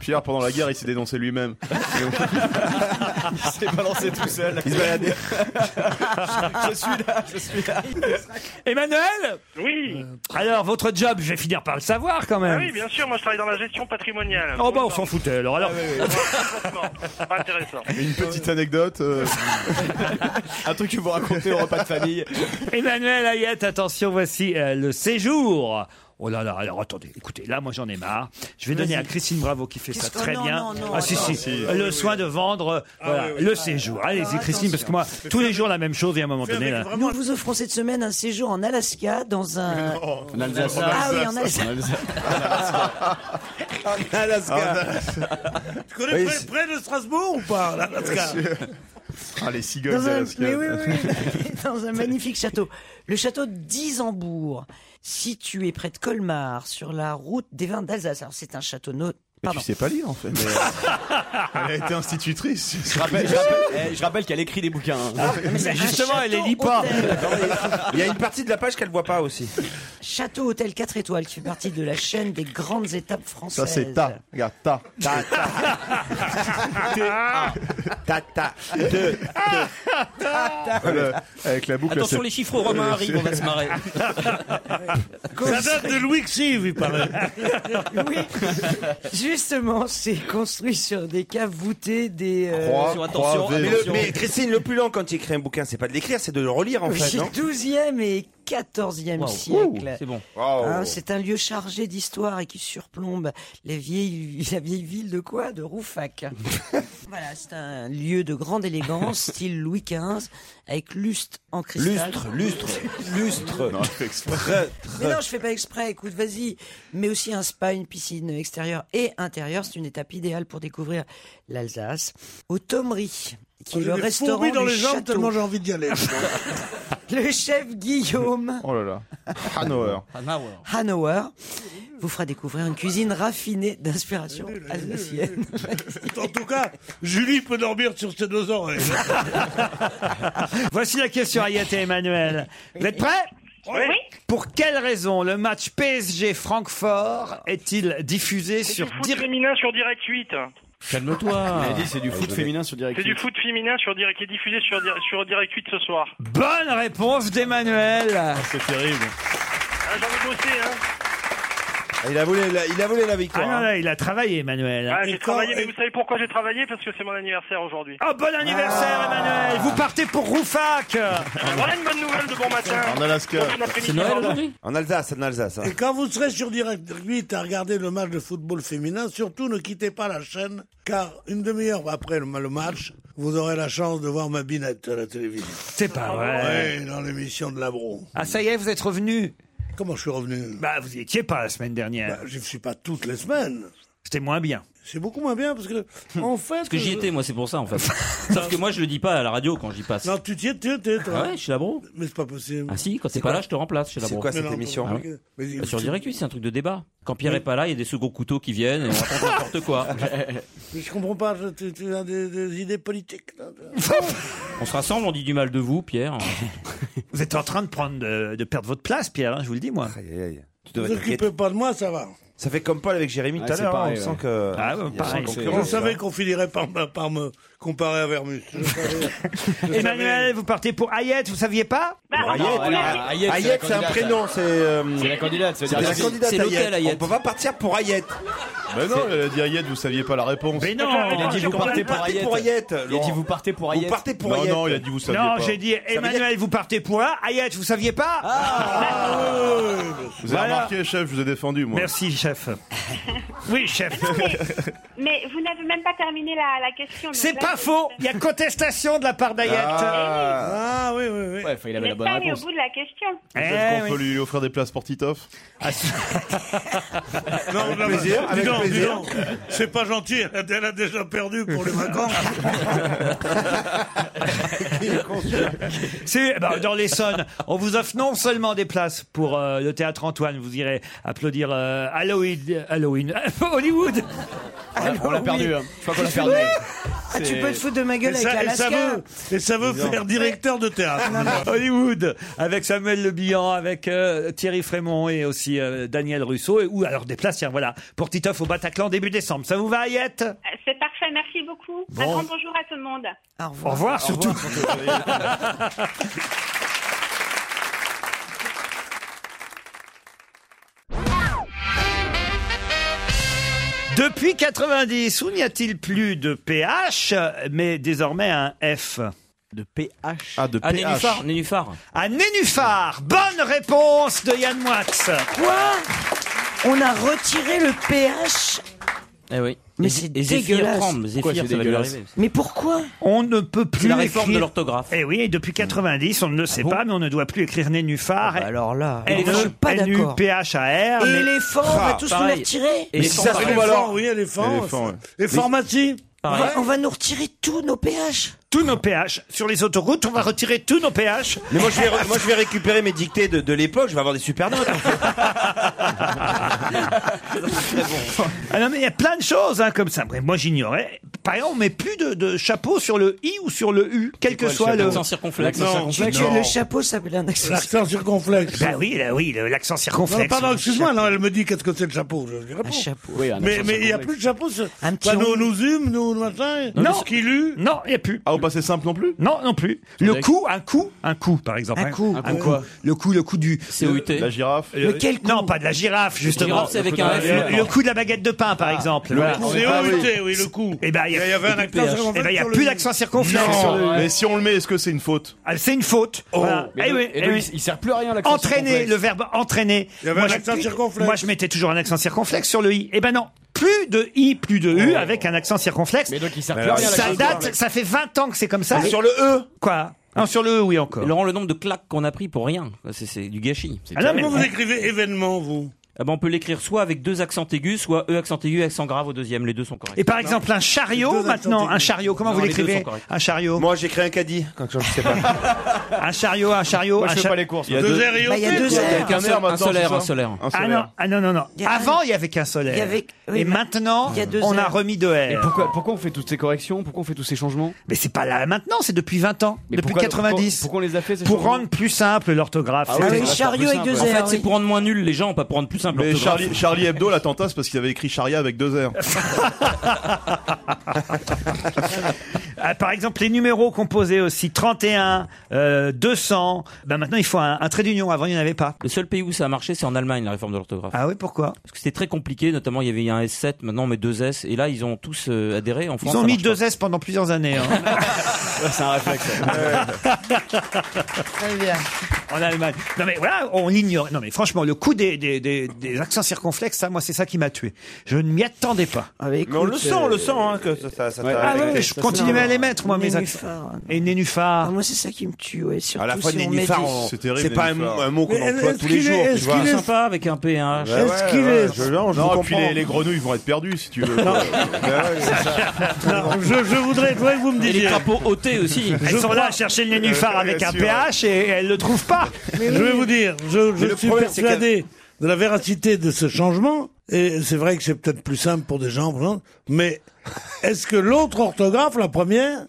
Pierre, pendant la guerre, il s'est dénoncé
[LAUGHS]
lui-même.
Il s'est balancé tout seul.
Il se baladait.
je suis là, je suis là.
Emmanuel Euh,
Oui
Alors, votre job, je vais finir par le savoir quand
Ah
même.
oui, bien sûr, moi je travaille dans la gestion patrimoniale.
Oh bah on s'en foutait alors.
Ah,
alors
Pas intéressant.
Une petite anecdote. euh,
Un truc que vous racontez au repas de famille.
[COUGHS] Emmanuel Hayette, attention, voici euh, le séjour. Oh là là, alors attendez, écoutez, là moi j'en ai marre. Je vais donner à Christine Bravo qui fait ça
que-
très
non,
bien.
non, non,
ah si,
attends.
si,
Si.
le soin de vendre euh,
Ah,
voilà,
oui, oui.
le séjour. Allez-y Christine, parce que moi, tous les jours la même chose, il y a un moment donné. là.
Nous vous offrons cette semaine un séjour en Alaska dans un.
En Alsace.
Ah oui, en Alsace.
Ah,
Alaska.
Ah,
Tu connais
Oui,
près,
c'est-
près de Strasbourg ou pas, l'Alaska
[LAUGHS] Ah, les cigales
Dans un,
d'Alaska.
mais oui,
[LAUGHS]
oui, oui. [LAUGHS] Dans un magnifique château. Le château d'Isambourg, situé près de Colmar, sur la route des vins d'Alsace. Alors, c'est un château. No...
Mais tu
Pardon.
sais pas lire en fait.
euh,
Elle a été institutrice.
Je rappelle, je rappelle- eh, je rappelle qu'elle écrit des bouquins. hein.
Ah, [LAUGHS] Justement, elle les lit pas. Il y a une partie de la page qu'elle voit pas aussi.
Château Hôtel 4 étoiles qui fait partie de la chaîne des grandes étapes
Ça
françaises.
c'est ta. Regarde, ta. Ta, ta.
Ta ta. Deux.
Voilà. Avec la boucle.
Attention, les chiffres romains arrivent, on va
[LAUGHS]
se marrer.
[LAUGHS]
Ça date de Louis XIV, il [LAUGHS] paraît.
Justement, c'est construit sur des caves voûtées, des. euh,
mais, le- mais Christine, le plus lent quand tu écris un bouquin, c'est pas de l'écrire, c'est de le relire en fait,
Au
non
12e et 14e
Wow.
siècle.
Ouh, c'est bon.
Hein, c'est un lieu chargé d'histoire et qui surplombe les vieilles, la vieille ville de quoi De
[LAUGHS]
Roufac. voilà, c'est un lieu de grande élégance, style Louis XV, avec lustre en cristal.
Lustre, lustre,
[LAUGHS]
lustre.
Non, elle fait exprès.
Mais non, je fais pas exprès, écoute, vas-y. Mais aussi un spa, une piscine extérieure et intérieure, c'est une étape idéale pour découvrir l'Alsace. Au Thomery, qui est
J'ai
le
des
restaurant
fourmis dans
du
les jambes
château.
tellement j'ai envie d'y aller.
[LAUGHS] Le chef Guillaume
Oh là là. Hanauer.
Hanauer vous fera découvrir une cuisine raffinée d'inspiration alsacienne.
En tout cas, Julie peut dormir sur ses deux oreilles.
[LAUGHS] Voici la question Ayette et Emmanuel. Vous êtes prêts
Oui.
Pour quelle raison le match PSG Francfort est-il diffusé sur
Foot féminin sur Direct 8.
Calme-toi.
Elle a dit, c'est du foot féminin sur Direct
C'est du foot féminin sur Direct qui est diffusé sur, Di- sur Direct 8 ce soir.
Bonne réponse d'Emmanuel. C'est terrible.
Ah, J'en ai bossé, hein.
Il a voulu la, il a voulu la victoire.
Ah
hein.
non, là, il a travaillé, Emmanuel.
Ah, j'ai travaillé, mais vous savez pourquoi j'ai travaillé Parce que c'est mon anniversaire aujourd'hui.
Ah, bon anniversaire, Emmanuel Vous partez pour Roufac
[LAUGHS] Voilà une bonne nouvelle de bon matin.
En Alaska.
Bon après-midi, C'est Noël, aujourd'hui
En Alsace, en Alsace. hein.
Et quand vous serez sur Direct 8 à regarder le match de football féminin, surtout ne quittez pas la chaîne, car une demi-heure après le, le match, vous aurez la chance de voir ma binette à la télévision.
C'est pas vrai.
vrai. Oui, dans l'émission de Labro.
Ah, ça y est, vous êtes revenu
Comment je suis revenu Bah,
Bah, vous y étiez pas la semaine dernière.
je ne suis pas toutes les semaines.
C'était moins bien.
C'est beaucoup moins bien parce que, en fait.
Parce que j'y étais, moi, c'est pour ça, en fait. Sauf que moi, je le dis pas à la radio quand j'y passe.
Non, tu t'y étais, t'y étais, toi.
Ah ouais, chez Labro
Mais c'est pas possible.
Ah si, quand
C'est
t'es pas
quoi
là, je te remplace chez
C'est
Labro.
quoi cette Mais non, émission
Ah ouais.
mais-
Bah, Sur
tu-
Direct 8, c'est un truc de débat. Quand Pierre
Mais-
est pas là, il y a des seconds couteaux qui viennent et on raconte n'importe
[LAUGHS]
quoi.
Mais je comprends pas, je- tu, tu as des, des idées politiques.
[LAUGHS]
là.
On se rassemble, on dit du mal de vous, Pierre.
[LAUGHS] Vous êtes en train de prendre, de, de perdre votre place, Pierre. hein, je vous le dis, moi.
Tu
Vous occupez pas de moi, ça va.
Ça fait comme Paul avec Jérémy tout
Ouais,
à
c'est
l'heure. hein, On
pareil, ouais.
sent que.
Ah,
bah,
ouais,
il y a
pareil,
sans
c'est-
Je
concurrence, hein.
savais
là.
qu'on finirait par, par me comparer à Vermus. Je
[LAUGHS]
savais- je
Emmanuel, vous partez pour Hayet, vous saviez pas
Bah,
Hayet, Hayet, c'est un prénom, c'est. euh,
C'est la candidate, ça veut
c'est
dire
la
c'est-
candidate
c'est l'hôtel Hayet.
On peut pas partir pour Hayet.
Ben non, elle a dit Hayet, vous saviez pas la réponse.
Mais non,
Il a dit vous partez pour Hayet. Il a dit vous partez pour Hayet.
non, Non, il a dit vous saviez
Non,
pas.
j'ai dit Emmanuel, vous partez pour un. Hayet, vous saviez pas
Ah,
Vous avez
Voilà.
remarqué, chef, je vous ai défendu, moi.
Merci, chef. Oui, chef.
Mais vous n'avez même pas terminé la, la question. Eh donc
C'est
là,
pas
vous-
faux. Il y a contestation de la part d'Ayette.
Ah.
oui, oui, oui.
Ouais, enfin, il
Vous
avait Eh ben, la
n'êtes
bonne
pas allé au
réponse.
bout de la question.
Est-ce
Eh
qu'on
oui. Ah,
peut lui offrir des places pour Titoff
[LAUGHS]
Non, non, non.
plaisir, Ah, avec
dis donc, dis
plaisir.
donc. C'est pas gentil, elle a- elle a déjà perdu pour les
[LAUGHS]
vacances.
C'est bah, dans l'Essonne. On vous offre non seulement des places pour euh, le théâtre Antoine, vous irez applaudir euh, Halloween, Halloween, [LAUGHS] Hollywood.
On l'a perdu, hein. Je crois qu'on l'a perdu.
Ah, tu peux te foutre de ma
Et
gueule avec Ah,
ça, et ça
l'Alaska.
veut, et ça veut faire directeur de théâtre.
Hollywood avec Samuel Le Bihan, avec euh, Thierry Frémont et aussi euh, Daniel Russo et- ou alors des places tiens, voilà pour Titoff au Bataclan début décembre. Ça vous va Ayette
Euh, C'est parfait, merci beaucoup. Un
Bon.
grand bonjour à tout le monde.
Au
Au
revoir.
revoir surtout. [LAUGHS] Depuis 90, où n'y a-t-il plus de PH, mais désormais un F De PH
Ah, de
Ah,
PH.
Nénuphar, Nénuphar.
Un nénuphar Bonne réponse de Yann Moix
Quoi On a retiré le PH
Eh oui.
Mais
Et-
c'est
et Zéphyr
dégueulasse.
Prombe, Zéphyr,
Pourquoi c'est
ça va lui
dégueulasse
arriver.
Mais pourquoi
On ne peut plus
C'est la réforme
écrire-
de l'orthographe.
Eh oui, et
Hmm.
depuis 90, on
Ah
ne le sait pas, mais on ne doit plus écrire nénuphar.
bah Alors là,
N-
je suis pas d'accord.
N-U-P-H-A-R.
Et
mais-
éléphant, on va
Ah,
tous nous
pareil.
les retirer
Et
si
sans
ça se
parler-
trouve alors.
oui, éléphant.
Éléphant, ouais.
Et Formati
on
pareil.
va, on va nous retirer tous nos PH.
tous nos PH. Sur les autoroutes, on va retirer tous nos PH.
Mais moi je, vais, moi je vais récupérer mes dictées de, de l'époque, je vais avoir des super notes.
Ah non, mais il y a plein de choses hein, comme ça. Mais moi, j'ignorais. Par exemple, on met plus de, de chapeau sur le I ou sur le U, quel que soit le...
Sans circonflexe.
Tu vois que le chapeau, ça s'appelle un accessoire.
L'accent circonflexe.
Bah oui, là, oui, le- l'accent
Non,
circonflexe.
pardon, excuse-moi, non, elle me dit qu'est-ce que c'est le chapeau. Je lui réponds.
Un chapeau.
Oui, un
Mais
accent
mais il n'y a
circonflexe.
plus de chapeau. ce-
Un petit
Bah, nous,
rond.
nous humes, nous, machin.
Non.
Qui lu
Non, il n'y a plus.
Ah, au passé simple non plus
Non, non plus. Le
Direct.
coup, un coup, un coup, par exemple.
Un
hein.
coup.
Un coup quoi
Le coup, le coup du.
COUT.
La girafe
Lequel coup
Non, pas de la girafe, justement.
Girafe, c'est avec un F.
Le, le coup de la baguette de pain, par exemple. Voilà.
C'est OUT, oui, le coup.
Eh ben, il y a-
Il y avait un accent
eh ben,
circonflexe.
il y a
sur le
plus
I.
d'accent circonflexe.
Non,
le-
mais si on le met, est-ce que c'est une faute
Ah, C'est une faute.
Oh.
Voilà.
Oh. Mais
Eh
donc-
oui,
et
eh
donc,
oui.
Il sert plus à rien l'accent
Entraîner,
circonflexe.
le verbe entraîner.
Il y avait
moi,
un
je-
accent circonflexe.
Moi, je mettais toujours un accent circonflexe sur le i. Eh ben non, plus de i, plus de u avec un accent circonflexe.
Mais donc il sert
Mais
plus à
alors,
rien
ça
l'accent
date, ça fait 20 ans que c'est
Ah,
comme ça.
Et sur le E
Quoi Non, sur le E, oui encore.
Et Laurent, le nombre de claques qu'on a pris pour rien, c'est- c'est du gâchis. C'est
Ah non, mais
Comment vous écrivez événement, vous
Ah ben, on peut l'écrire soit avec deux accents aigus, soit E accent aigu, accent grave au deuxième. Les deux sont corrects.
Et par exemple, un chariot
Deux
maintenant,
accents
un chariot, comment
Non,
vous
les deux
l'écrivez
sont corrects.
Un chariot,
Moi j'ai créé un caddie quand je ne sais pas.
[LAUGHS] un chariot, un chariot,
Moi
un
je fais
cha-
pas les courses.
Il y a
Deux
deux.
R et
Bah, il y a
O T,
deux
quoi.
R.
Avec un,
solaire
un
maintenant,
solaire,
c'est
un
ça
solaire.
Un
Ah
solaire.
non, ah non, non, non.
Il y a
Avant,
un-
il y avait qu'un solaire.
il y avait- oui,
Et
ma-
maintenant,
il y a deux
on a
airs.
remis deux
Et
R.
pourquoi, pourquoi on fait toutes ces corrections Pourquoi on fait tous ces changements
Mais c'est pas là maintenant, c'est depuis 20 ans,
Mais
depuis
pourquoi-
90.
Pourquoi, pourquoi on les a fait ces
pour
changements
rendre plus simple l'orthographe.
Ah
c'est-
oui,
Avec
c'est vachement
chariot
plus
avec deux
simple.
En
airs.
fait, c'est pour rendre moins nul les gens, on peut pas rendre plus simple.
Mais
l'orthographe.
Charlie, Charlie Hebdo, la tentasse, parce qu'il avait écrit Charia avec deux R.
Ah, par exemple, les numéros composés aussi, 31, euh, 200. Ben maintenant, il faut un, un trait d'union. Avant, il n'y en avait pas.
Le seul pays où ça a marché, c'est en Allemagne, la réforme de l'orthographe.
Ah oui, pourquoi
Parce que c'était très compliqué, notamment il y avait un S7, maintenant on met deux S, et là ils ont tous euh, adhéré en France.
Ils ont
ça
mis
marche
deux S pendant plusieurs années.
[LAUGHS]
hein.
pas. C'est un réflexe.
Très bien. Euh. En Allemagne. Non mais voilà, on ignore. Non mais franchement, le coup des, des, des, des accents circonflexes, ça, moi, c'est ça qui m'a tué. Je ne m'y attendais pas.
Ah,
Mais on le sent,
euh,
on le sent, hein, que ça, ça, ça t'a
Ah
affecté.
ouais, je continuais à les mettre, moi, mes accents. Et Nénuphar.
Ah, moi, c'est ça qui me tue, ouais, surtout
À la fois,
si on met
nénuphar,
des-
on- c'est terrible, c'est pas un nénuphar. mot- un mot qu'on Mais emploie est-ce tous les qu'il jours, est- tu est-ce vois. qu'il est-
sympa avec un P, hein.
Ouais, Est-ce ouais, qu'il ouais, est- je- non, je
non,
vous
puis
comprends.
les, les grenouilles vont être perdues si tu veux.
Non.
Non, je, je voudrais toi, que vous me
Et les
disiez.
crapauds ôtés aussi.
Elles
Je
sont là
crois.
à chercher le nénuphar
Euh,
avec
bien
un
sûr.
pH et elles le trouvent pas.
Je vais vous dire, je, je
Mais le
suis
problème, c'est
persuadé de la véracité de ce changement, et c'est vrai que c'est peut-être plus simple pour des gens, hein, mais est-ce que l'autre orthographe, la première,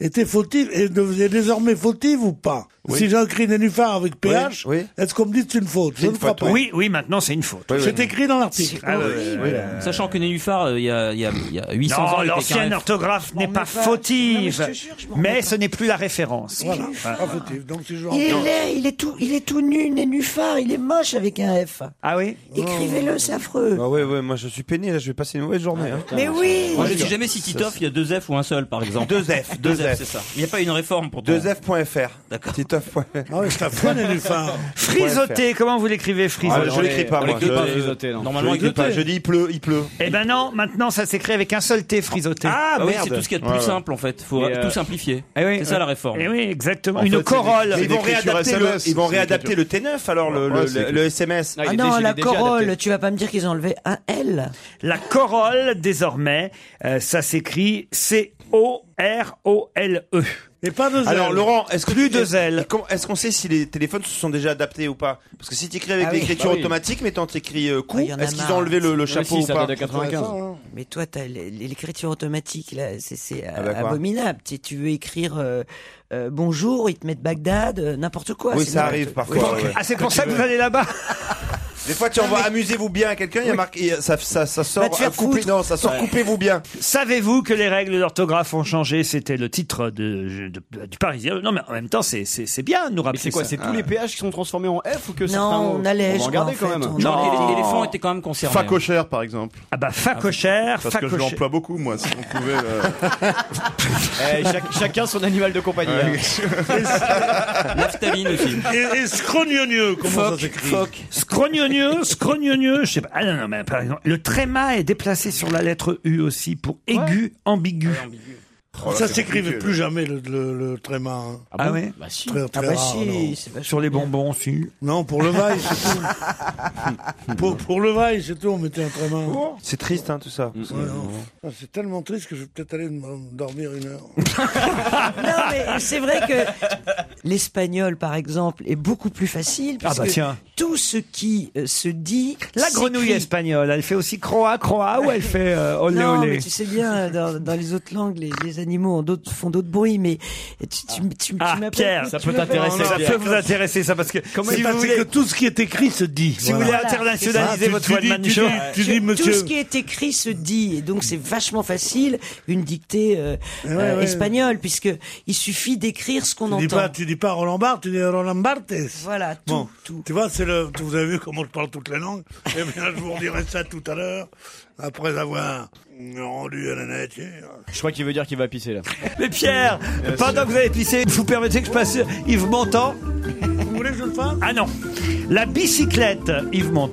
était fautive, et devenait désormais fautive ou pas
Mhm. Oui.
Si j'écris Nénuphar avec PH,
Oui, oui.
est-ce qu'on me dit que c'est une faute Je ne crois pas.
Oui, oui, maintenant c'est une faute.
C'est écrit dans l'article.
Ah oui, oui, oui.
Sachant que Nénuphar, euh, il y, a- il y a il y a 800 ans. il était
Non,
qu'un
Oh, l'ancienne
F.
orthographe n'est pas fautive, mais ce n'est plus la référence.
Voilà.
Ah,
Voilà.
Pas fautive. Donc, si je
Il est,
reprends-
laid, il est tout, il est tout nu, nénuphar, il est moche avec un F.
Ah oui
Écrivez-le, c'est affreux. Ah,
Ah ouais, ouais, moi je suis peiné, là, je vais passer une mauvaise journée. hein.
Mais oui
Moi, je ne sais jamais si Titoff, il y a deux F ou un seul, par exemple.
Deux F,
Deux
deux
F,
F.
c'est ça. Il n'y a pas une réforme pour toi.
2f.fr.
D'accord.
Titoff.fr.
Ah oui, c'est affreux, Nénuphar.
Frisoté, comment vous l'écrivez frisoté
Ah, je l'écris pas, moi. Je- je l'écris pas. Je dis il pleut, il pleut.
Eh ben non, maintenant ça s'écrit avec un seul T frisoté.
Ah, oui, c'est tout ce qu'il y a de plus simple en fait. Faut
Et, euh,
tout simplifier.
eh oui,
c'est ça la
euh,
réforme.
eh oui, exactement. Une corolle.
Mais Ils vont réadapter le, ils vont réadapter le T9 alors le, le-
Ouais,
le-
c'est-
le SMS.
Ah non, la corolle, tu vas pas me dire qu'ils ont enlevé un L.
La corolle, désormais, euh, ça s'écrit C-O-R-O-L-E.
Et pas deux
Alors Laurent, est-ce que plus
de zèle.
Est-ce qu'on sait si les téléphones se sont déjà adaptés ou pas Parce que si tu écris avec
Ah oui.
l'écriture
Bah oui.
automatique, mais tant t'écris euh, coup,
Ouais, il y en a
est-ce qu'ils
marre.
ont enlevé
Ah,
le, le chapeau ou pas
Mais toi, t'as l- l'écriture automatique, là, c'est- c'est euh,
Ah bah quoi.
abominable. Tu, tu veux écrire euh, euh, bonjour, ils te mettent Bagdad, euh, n'importe quoi.
Oui,
c'est
ça
n'importe-
arrive parfois.
Oui.
ouais.
Ah, allez là-bas
Des fois, tu envoies amusez-vous bien à quelqu'un, il y a marqué ça, ça, ça sort.
Va te faire
à couper-
Bah, foutre.
Non, ça sort
Ouais.
coupez-vous bien.
Savez-vous que les règles d'orthographe ont changé C'était le titre de, de- du Parisien. Non, mais en même temps, c'est- c'est c'est bien de nous rappeler.
C'est quoi
ça.
C'est tous les PH qui sont transformés en F ou que
Non,
certains ont-
on allège,
va regarder
en
quand
fait,
même.
on- Non,
Oh.
Non.
les- les éléphants
étaient quand même concernés. hein.
Facochère, par exemple.
Ah bah, facochère,
Parce que je
facochère.
l'emploie beaucoup, moi, si on pouvait.
[LAUGHS]
euh,
Eh, chaque- chacun son animal de compagnie. hein.
Ouais.
L'aftaline aussi.
Et, et scrognonieux, comment
Phoque,
ça s'écrit
phoque. Scrognonieux, scrognonieux, je sais pas. Ah non, non, mais par exemple, le tréma est déplacé sur la lettre U aussi pour aigu, ambigu.
Oh là, Ça s'écrivait plus jamais le, le, le tréma. hein.
Ah Ah bon ouais Bah si. Ah bah si, c'est vachement Sur les bien. bonbons, si.
Non, pour le vaille, c'est tout. pour, pour le vaille, c'est tout, on mettait un tréma.
C'est triste, hein, tout ça.
Mm.
Ouais, non. Ah, C'est tellement triste que je vais peut-être aller me- dormir une heure.
[LAUGHS] Non, mais c'est vrai que l'espagnol, par exemple, est beaucoup plus facile.
Ah
Parce
bah
que
tiens.
Tout ce qui euh, se dit.
La grenouille
s'écrit.
espagnole, elle fait aussi croa, croa ou elle fait euh, olé,
non,
olé
mais tu sais bien, euh, dans, dans les autres langues, les, les animaux ont d'autres- font d'autres bruits, mais tu, tu, tu, tu
Ah,
m'appelles-
Pierre,
tu
ça peut
m'appelles-
t'intéresser. Ça peut vous intéresser, ça, parce que si vous voulez,
[LAUGHS] tout ce qui est écrit se dit.
Si vous voulez internationaliser votre
Ah, tu, tu
one-man
dis- tu
show.
dis- tu
Je-
dis,
Tout
monsieur.
ce qui est écrit se dit, et donc c'est vachement facile une dictée euh, euh,
ouais.
espagnole, puisque il suffit d'écrire ce qu'on
Tu dis,
entend.
pas, tu dis pas Roland Barthes, tu dis Roland Barthes.
Voilà, tout.
Bon, tu vois, c'est le. Vous avez vu comment je parle toutes les langues [LAUGHS] Eh bien, je vous redirai ça tout à l'heure, après avoir rendu à la nature.
Je crois qu'il veut dire qu'il va pisser là.
Mais Pierre, pendant que vous avez pissé, vous permettez que je passe Yves Montand
Vous voulez que je le fasse
Ah non, la bicyclette, Yves Montand.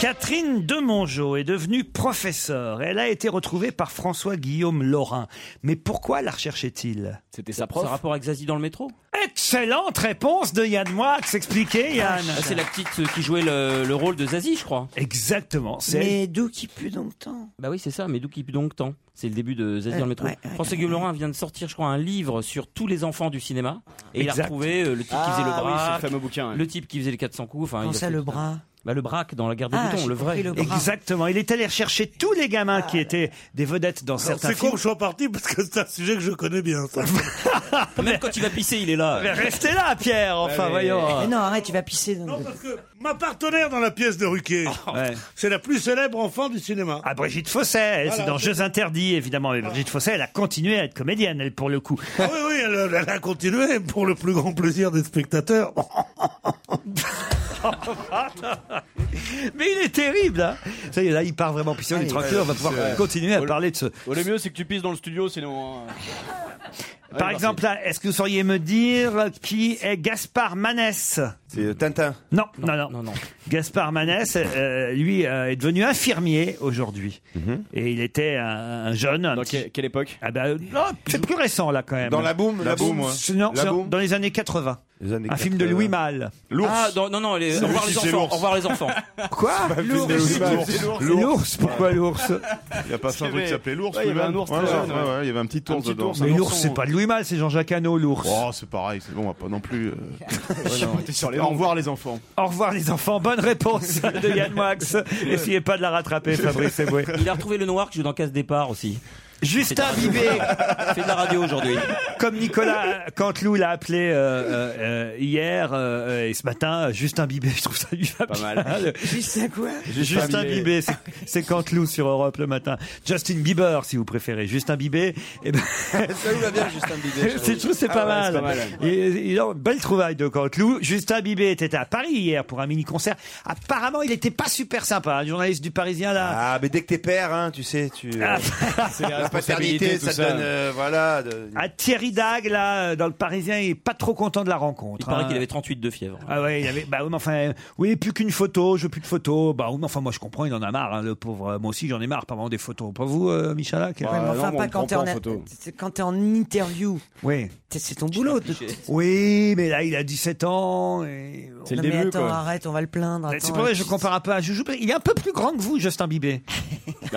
Catherine Demongeau est devenue professeure. Elle a été retrouvée par François-Guillaume Laurin. Mais pourquoi la recherchait-il C'était sa
Ça a rapport avec Zazie dans le métro
Excellente réponse de Yann Moix. Expliquez,
Ah,
Yann.
C'est la petite euh, qui jouait le, le rôle de Zazie, je crois.
Exactement.
c'est
Mais d'où qui pue dans le temps
Bah oui, c'est ça, mais d'où qui donc tant C'est le début de Zazie
Euh,
dans le métro.
ouais, ouais,
François Guillaume Laurent vient de sortir, je crois, un livre sur tous les enfants du cinéma. Et il
Exact.
a retrouvé euh, le type qui
Ah
faisait le
oui,
bras.
c'est le fameux bouquin, ouais.
Le type qui faisait les 400 coups. Enfin,
Comment
il a
ça,
fait
le
tout ça.
bras
bah, Le braque dans la guerre des
Ah,
boutons,
j'ai
le vrai.
compris, le bras. Ah.
Exactement. Il est allé rechercher tous les gamins qui étaient des vedettes dans certains
C'est con
films.
que je sois parti parce que c'est un sujet que je connais bien.
[LAUGHS]
ça.
Même quand il va pisser, il est là.
Ah, Mais restez là, Pierre, enfin, voyons.
Mais Eh non, arrête, tu vas pisser. Dans le...
Ma partenaire dans la pièce de Ruquier,
Oh.
c'est la plus célèbre enfant du cinéma.
Ah, Brigitte Fosset, elle,
Voilà,
c'est dans
c'est-
Jeux Interdits, évidemment. Mais Brigitte Fosset, elle a continué à être comédienne, elle, pour le coup.
Ah oui, oui, elle, elle a continué pour le plus grand plaisir des spectateurs.
[LAUGHS] Mais il est terrible, hein. Ça y est, là, Ah, il part vraiment pisser, on est
Allez,
tranquille, on va
c'est
pouvoir
vrai.
continuer à parler de ce...
Bon, le mieux, c'est que tu pisses dans le studio, sinon. euh, Ah
Par exemple, là, est-ce que vous sauriez me dire qui est Gaspard Manès
C'est euh, Tintin.
Non, non, non. Gaspard Manès, euh, lui, euh, est devenu infirmier aujourd'hui.
Mhm.
Et il était un, un jeune. Dans
quelle époque
ah ben, euh, non, C'est plus récent, là, quand même.
Dans La Boum, La
C'est-
Boum, ouais.
c'est- non,
La
c'est-
Boum.
Dans les années 80.
années
un film de
80.
Louis Malle.
Ah, non, non, non, les- au revoir les
C'est
enfants.
l'ours.
Au revoir les
[LAUGHS]
enfants.
Quoi
C'est pas un film de Louis Malle. C'est l'ours.
L'ours Pourquoi l'ours
[LAUGHS]
Il n'y a pas ça un truc qui s'appelait l'ours
Ouais, il y avait
lui-même
un ours
Ouais,
très
ouais,
jeune,
ouais,
ouais.
ouais, Il y avait un petit
Un
ours
petit
dedans.
ours,
Mais l'ours, c'est pas de Louis Malle, c'est Jean-Jacques Hano, l'ours.
Oh, c'est pareil, c'est bon, on va pas non plus. euh, chipoter sur les
Au
Au revoir, les [LAUGHS] enfants.
Au revoir Ah, les enfants,
[LAUGHS]
bonne réponse de Yann Moix. Essayez pas de la rattraper, Fabrice Eboué.
Il a retrouvé le noir qui joue dans Casse Départ aussi.
Justin Bibé,
Fait de la radio aujourd'hui.
comme Nicolas Canteloup l'a appelé euh, euh, euh, hier euh, et ce matin, Justin Bibé, je trouve ça lui va
Pas
bien.
mal.
Justin quoi
Justin, Bibé, c'est- c'est Canteloup sur Europe le matin. Justin Bieber, si vous préférez. Justin Bibé, eh ben,
Ça nous va bien, Justin
[LAUGHS]
Bieber.
c'est- je trouve que c'est pas,
Ah ouais, c'est
mal. Il- il a une oh, belle trouvaille de Canteloup. Justin Bibé était à Paris hier pour un mini-concert. Apparemment, il n'était pas super sympa, un journaliste du Parisien là.
Ah, mais dès que t'es père, hein, tu sais, tu.
[LAUGHS] Ah.
la
C'est
paternité, ça te donne. euh, voilà. de-
Ah, Thierry Dag, là, euh, dans le Parisien, il est pas trop content de la rencontre.
Il paraît
hein.
qu'il avait 38 de fièvre.
Ah ouais, il avait. Bah oui, mais enfin, oui, plus qu'une photo, je veux plus de photos. Bah oui, mais enfin, moi je comprends, il en a marre, hein, le pauvre. Moi aussi, j'en ai marre, pas vraiment des photos. Pas vous, euh, Michalak
Ouais, Bah, mais enfin,
non,
pas quand
on prend
t'es
pas
en,
en photo.
c'est quand t'es en interview.
Oui.
C'est- C'est ton boulot. de-
Oui, mais là, il a 17 ans. et-
Non, mais attends, arrête, on va le plaindre.
C'est
attends.
pour ça que je compare un peu à Joujou. Il est un peu plus grand que vous, Justin Bibé.
[LAUGHS]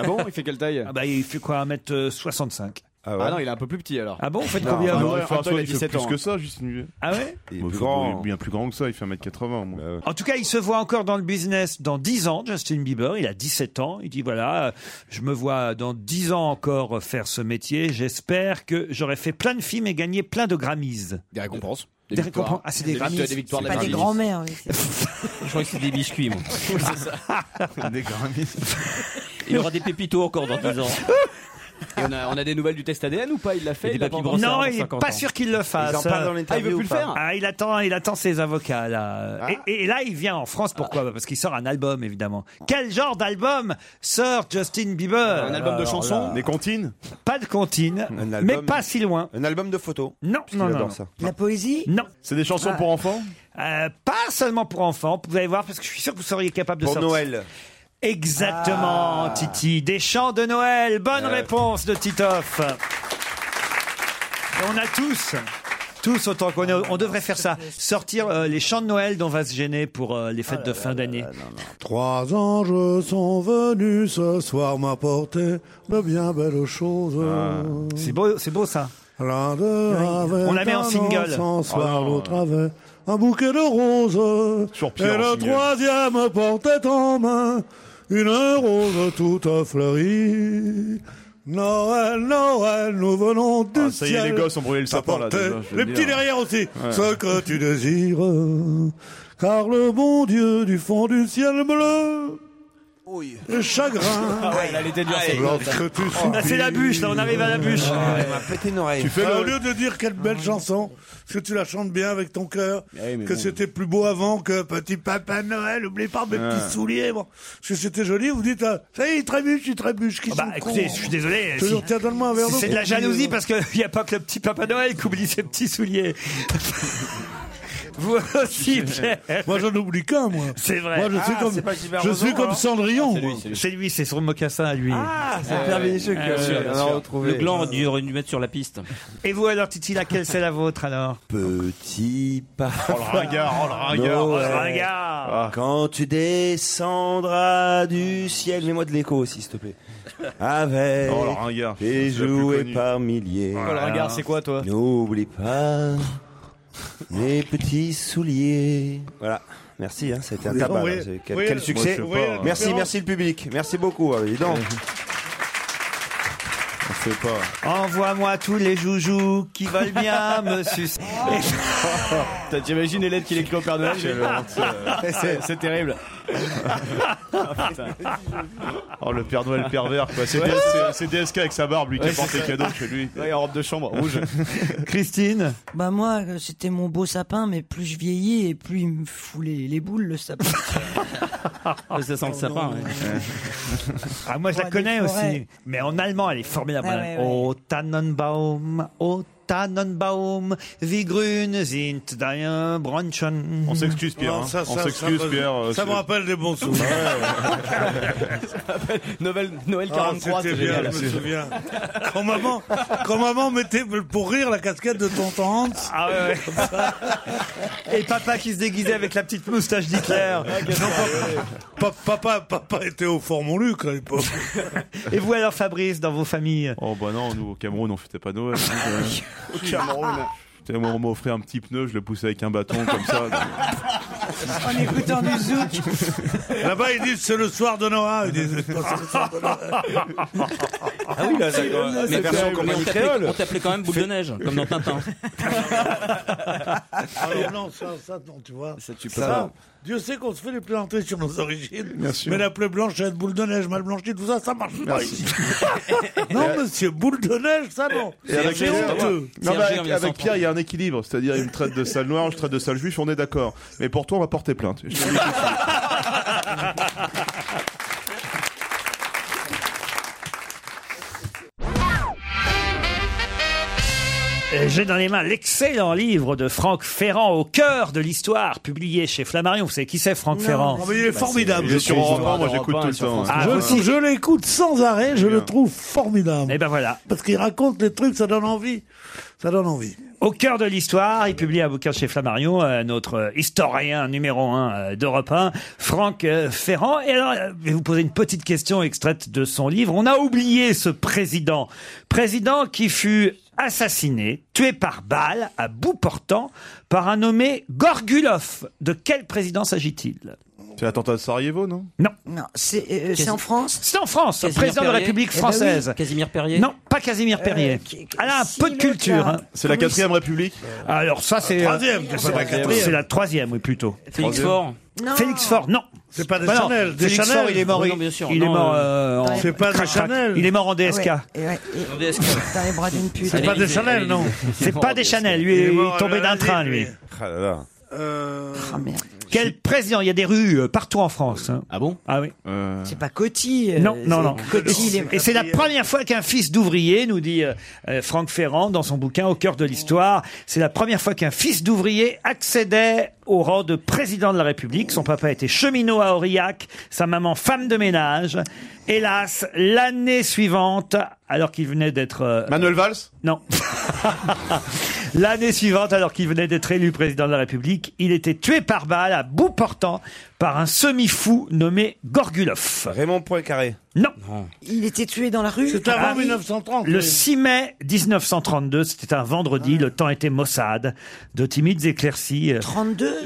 Ah bon Il fait quelle taille
Ah bah, il fait quoi, 1m65
Ah,
ouais.
non, il est un peu plus petit alors.
Ah bon, vous faites
Non,
combien
bah,
vous
ouais,
Enfin,
Antoine,
soit
il a
il fait
17
plus
ans. hein.
que ça, Justin Bieber.
Ah ouais
Il est
Bon,
plus
faut-
grand.
Bien plus grand que ça, il fait 1m80 au moins.
En tout cas, il se voit encore dans le business dans 10 ans, Justin Bieber. Il a 17 ans. Il dit voilà, euh, je me vois dans 10 ans encore euh, faire ce métier. J'espère que j'aurai fait plein de films et gagné plein de Grammys.
Des récompenses.
Des récompenses. Ah, c'est des Grammys.
victoires, des victoires de
C'est
la
pas des
Grammy.
grands-mères. oui, c'est-
Je crois que c'est des biscuits,
[LAUGHS]
moi.
Des Grammys.
Il y aura des pépitos encore dans 10 ans.
Et on, a, on a des nouvelles du test ADN ou pas Il l'a fait
des
il l'a
papilles
pas encore-
non,
dans
il n'est
50
pas
ans.
sûr qu'il le fasse.
Ils en parlent dans
Ah, il veut
l'interview.
plus le
ou pas
faire
Ah, il attend, il attend ses avocats là. Et, et là, il vient en France. Pourquoi Parce qu'il sort un album, évidemment. Quel genre d'album sort Justin Bieber
Un album de
Alors
chansons
là,
Des comptines
Pas de comptine,
Un album.
mais pas si loin.
Un album de photos.
Non,
Parce qu'il
non, non,
adore
non.
ça.
La poésie
Non. Ah.
C'est des chansons pour enfants
Euh, pas seulement pour enfants, vous allez voir, parce que je suis sûr que vous seriez capable de
Pour
sortir.
Noël. Ah.
Exactement, Titi. Des chants de Noël. Bonne réponse de Titoff. Et on a tous. Tous autant qu'on est, on devrait faire ça, sortir euh, les chants de Noël dont on va se gêner pour euh, les
Ah
fêtes de fin d'année.
Trois anges sont venus ce soir m'apporter de bien belles choses.
Ah.
C'est beau, c'est beau ça.
L'un d'eux avait
On la met en
un
single.
encensoir,
Oh non.
l'autre avait un bouquet de roses.
Toujours pire
Et
en
le
single.
troisième portait en main une rose toute fleurie. Noël, Noël, nous venons du
Ah, ça y est,
ciel
les gosses ont brûlé le sapin là.
t'apporter-
déjà, je veux
les
dire.
petits derrière aussi. Ce que tu désires, car le bon Dieu du fond du ciel bleu. Le chagrin.
Ah ouais, là, elle était dure, celle-là.
Lorsque tu
Ah, c'est la bûche, là, on arrive à la bûche. Ah ouais, elle m'a
pété une
oreille.
Tu fais
Ah
le... Au lieu de dire quelle belle chanson, parce que tu la chantes bien avec ton cœur, que c'était plus beau avant que Petit Papa Noël, oublie pas mes
Ah.
petits souliers, bon. parce que c'était joli, vous dites, ah, ça y est, il trébuche, il trébuche, qui
Bah écoutez, je suis désolé.
Toujours,
si-
tiens, donne-moi un verre
si
d'eau.
C'est de la
euh,
jalousie parce qu'il n'y a pas que le petit Papa Noël qui oublie ses petits souliers. Vous aussi, Pierre.
Moi, j'en oublie qu'un, moi.
C'est vrai.
Moi, je
Ah,
suis comme- je suis
hein.
comme Cendrillon. C'est lui, c'est lui.
C'est lui, c'est son mocassin à lui.
Ah
Ah,
ouais. Ah ouais, sûr, sûr. Le gland aurait dû aurait dû mettre sur la piste.
Et vous alors, Titi, laquelle c'est la vôtre alors
Petit pas.
Oh, le ringard, oh, le ringard, oh, le ringard.
Ah. Quand tu descendras du ciel, mets-moi de l'écho aussi, s'il te plaît. Avec
Oh, le ringard,
les
c'est la plus
jouets
connue.
par milliers.
Oh, le ringard, c'est
quoi, toi N'oublie pas mes petits souliers. Voilà. Merci, hein, c'était un
Vous
tabac.
voyez-
là. C'est- Quel,
voyez-
quel succès.
vous voyez
euh,
la
merci,
différence
merci le public. Merci beaucoup, ah, dis donc.
On sait pas.
Envoie-moi tous les joujoux qui veulent
[LAUGHS]
bien me sucer.
T'as- T'imagines les lettres qu'il écrit au Père Noël
Quelle honte,
euh, [LAUGHS] c'est- C'est terrible. [LAUGHS]
Oh, le Père Noël pervers, quoi. C'est
Ouais.
DSK, c'est DSK avec sa barbe, lui, qui
Ouais,
apporte
c'est
les
ça.
cadeaux chez lui.
Ouais, en robe de chambre,
[LAUGHS]
[LAUGHS]
rouge.
Christine
Bah moi, euh, c'était mon beau sapin, mais plus je vieillis et plus il me fout les, les boules, le sapin. [LAUGHS]
[LAUGHS]
ça sent le sapin. ouais.
Ah, moi, je la
Roi des
connais aussi,
forêts.
mais en allemand, elle est formidable.
Ah,
madame.
ouais, ouais.
Oh Tannenbaum, oh Tannenbaum, wie grün sind deine Branchen.
On s'excuse, Pierre, Non, hein. ça, On ça, s'excuse, ça me- Pierre, euh, ça me c'est- rappelle
des bons souvenirs.
[LAUGHS]
Noël, Noël 43,
c'était
c'est
bien,
génial.
je me souviens. Quand maman, quand maman mettait pour rire la casquette de tonton Hans.
Ah ouais, ouais. Et papa qui se déguisait avec la petite moustache d'Hitler.
Ah, Pa- papa, papa était au Fort Montluc à l'époque.
Et vous alors, Fabrice, dans vos familles
Oh, bah non, nous, au Cameroun, on fêtait pas Noël.
[LAUGHS]
Au Cameroun.
Putain, Moi, on m'a offert un petit pneu, je le poussais avec un bâton comme
[LAUGHS]
ça.
En écoutant du zouk.
Là-bas, ils disent c'est le soir de Noël. Ils disent Ah, c'est pas le soir de Noël.
Ah oui, là,
c'est-
Mais
c'est
version
terrible.
compagnie créole. On t'appelait quand même boule de neige, comme dans Tintin.
Alors Ah, non, ça, ça, non, tu vois.
Ça, tu
peux pas.
Dieu sait qu'on se fait les plaisanter sur nos origines.
Bien sûr.
Mais la plaie blanchette, boule de neige, mal blanchie, tout ça, ça marche pas ici. non, monsieur, boule de neige, ça non.
Et avec,
C'est
Pierre-
honteux.
Non, mais avec- avec Pierre, il y a un équilibre. C'est-à-dire, il me traite de sale noir, je traite de sale juif, on est d'accord. Mais pour toi, on va porter plainte. Je te le dis tout
[LAUGHS]
de suite.
Euh, J'ai dans les mains l'excellent livre de Franck Ferrand, Au cœur de l'histoire, publié chez Flammarion. Vous savez qui c'est, Franck
Non.
Ferrand
Oh, mais il est Bah, formidable. c'est-
Il est sur Europe 1, moi, j'écoute tout le temps. hein.
Ah,
je
vous aussi.
je l'écoute sans arrêt, je le trouve formidable.
Et ben voilà.
Parce qu'il raconte les trucs, ça donne envie. Ça donne envie.
Au cœur de l'histoire, il publie un bouquin chez Flammarion, euh, notre euh, historien numéro un euh, d'Europe 1, Franck euh, Ferrand. Et alors, euh, je vais vous poser une petite question extraite de son livre. On a oublié ce président. Président qui fut assassiné, tué par balle, à bout portant, par un nommé Gorgulov. De quel président s'agit-il
C'est l'attentat de Sarajevo, non
Non.
Non, c'est euh, c'est en France
C'est en France,
Casimir
président de la
Perrier.
République
Eh ben
française.
oui. Euh,
Casimir Perrier
Non, pas Casimir Perrier. Elle a un peu de culture.
là.
hein.
C'est la Quatrième République
Alors ça, c'est...
La troisième,
euh,
c'est pas la quatrième.
C'est la troisième, oui, plutôt.
Félix Fort.
Félix Faure, non.
C'est pas des
Bah non,
Chanel, des
Félix
Chanel.
Faure, il est mort.
Oui,
il-
non, bien sûr,
il
non,
est mort.
euh,
euh, en-
C'est pas des
crac, crac.
Chanel.
Il est mort en DSK.
Ouais, et ouais, et- Dans les bras d'une pute.
C'est pas des Chanel, non.
C'est pas des Chanel. Lui,
Il
il
est
est,
mort à
tombé d'un
l'Elysée,
train, lui. Euh,
lui.
Ah là là.
Quel président Il y a des rues euh, partout en France.
Ah bon
Ah oui.
C'est pas Coty. euh,
Non, non,
c'est-
non.
Coty, il est-
Et c'est la première fois qu'un fils d'ouvrier, nous dit euh, euh, Franck Ferrand dans son bouquin Au cœur de l'histoire, c'est la première fois qu'un fils d'ouvrier accédait au rang de président de la République. Son papa était cheminot à Aurillac, sa maman femme de ménage. Hélas, l'année suivante, alors qu'il venait d'être... euh,
Manuel Valls
Non. [LAUGHS] L'année suivante, alors qu'il venait d'être élu président de la République, il était tué par balle à bout portant par un semi-fou nommé Gorgulov. Raymond Poincaré Non.
Il était tué dans la rue Ah
C'est avant
à Paris
1930.
Le
oui.
6 mai 1932, c'était un vendredi,
Ah.
le temps était maussade, de timides éclaircies euh,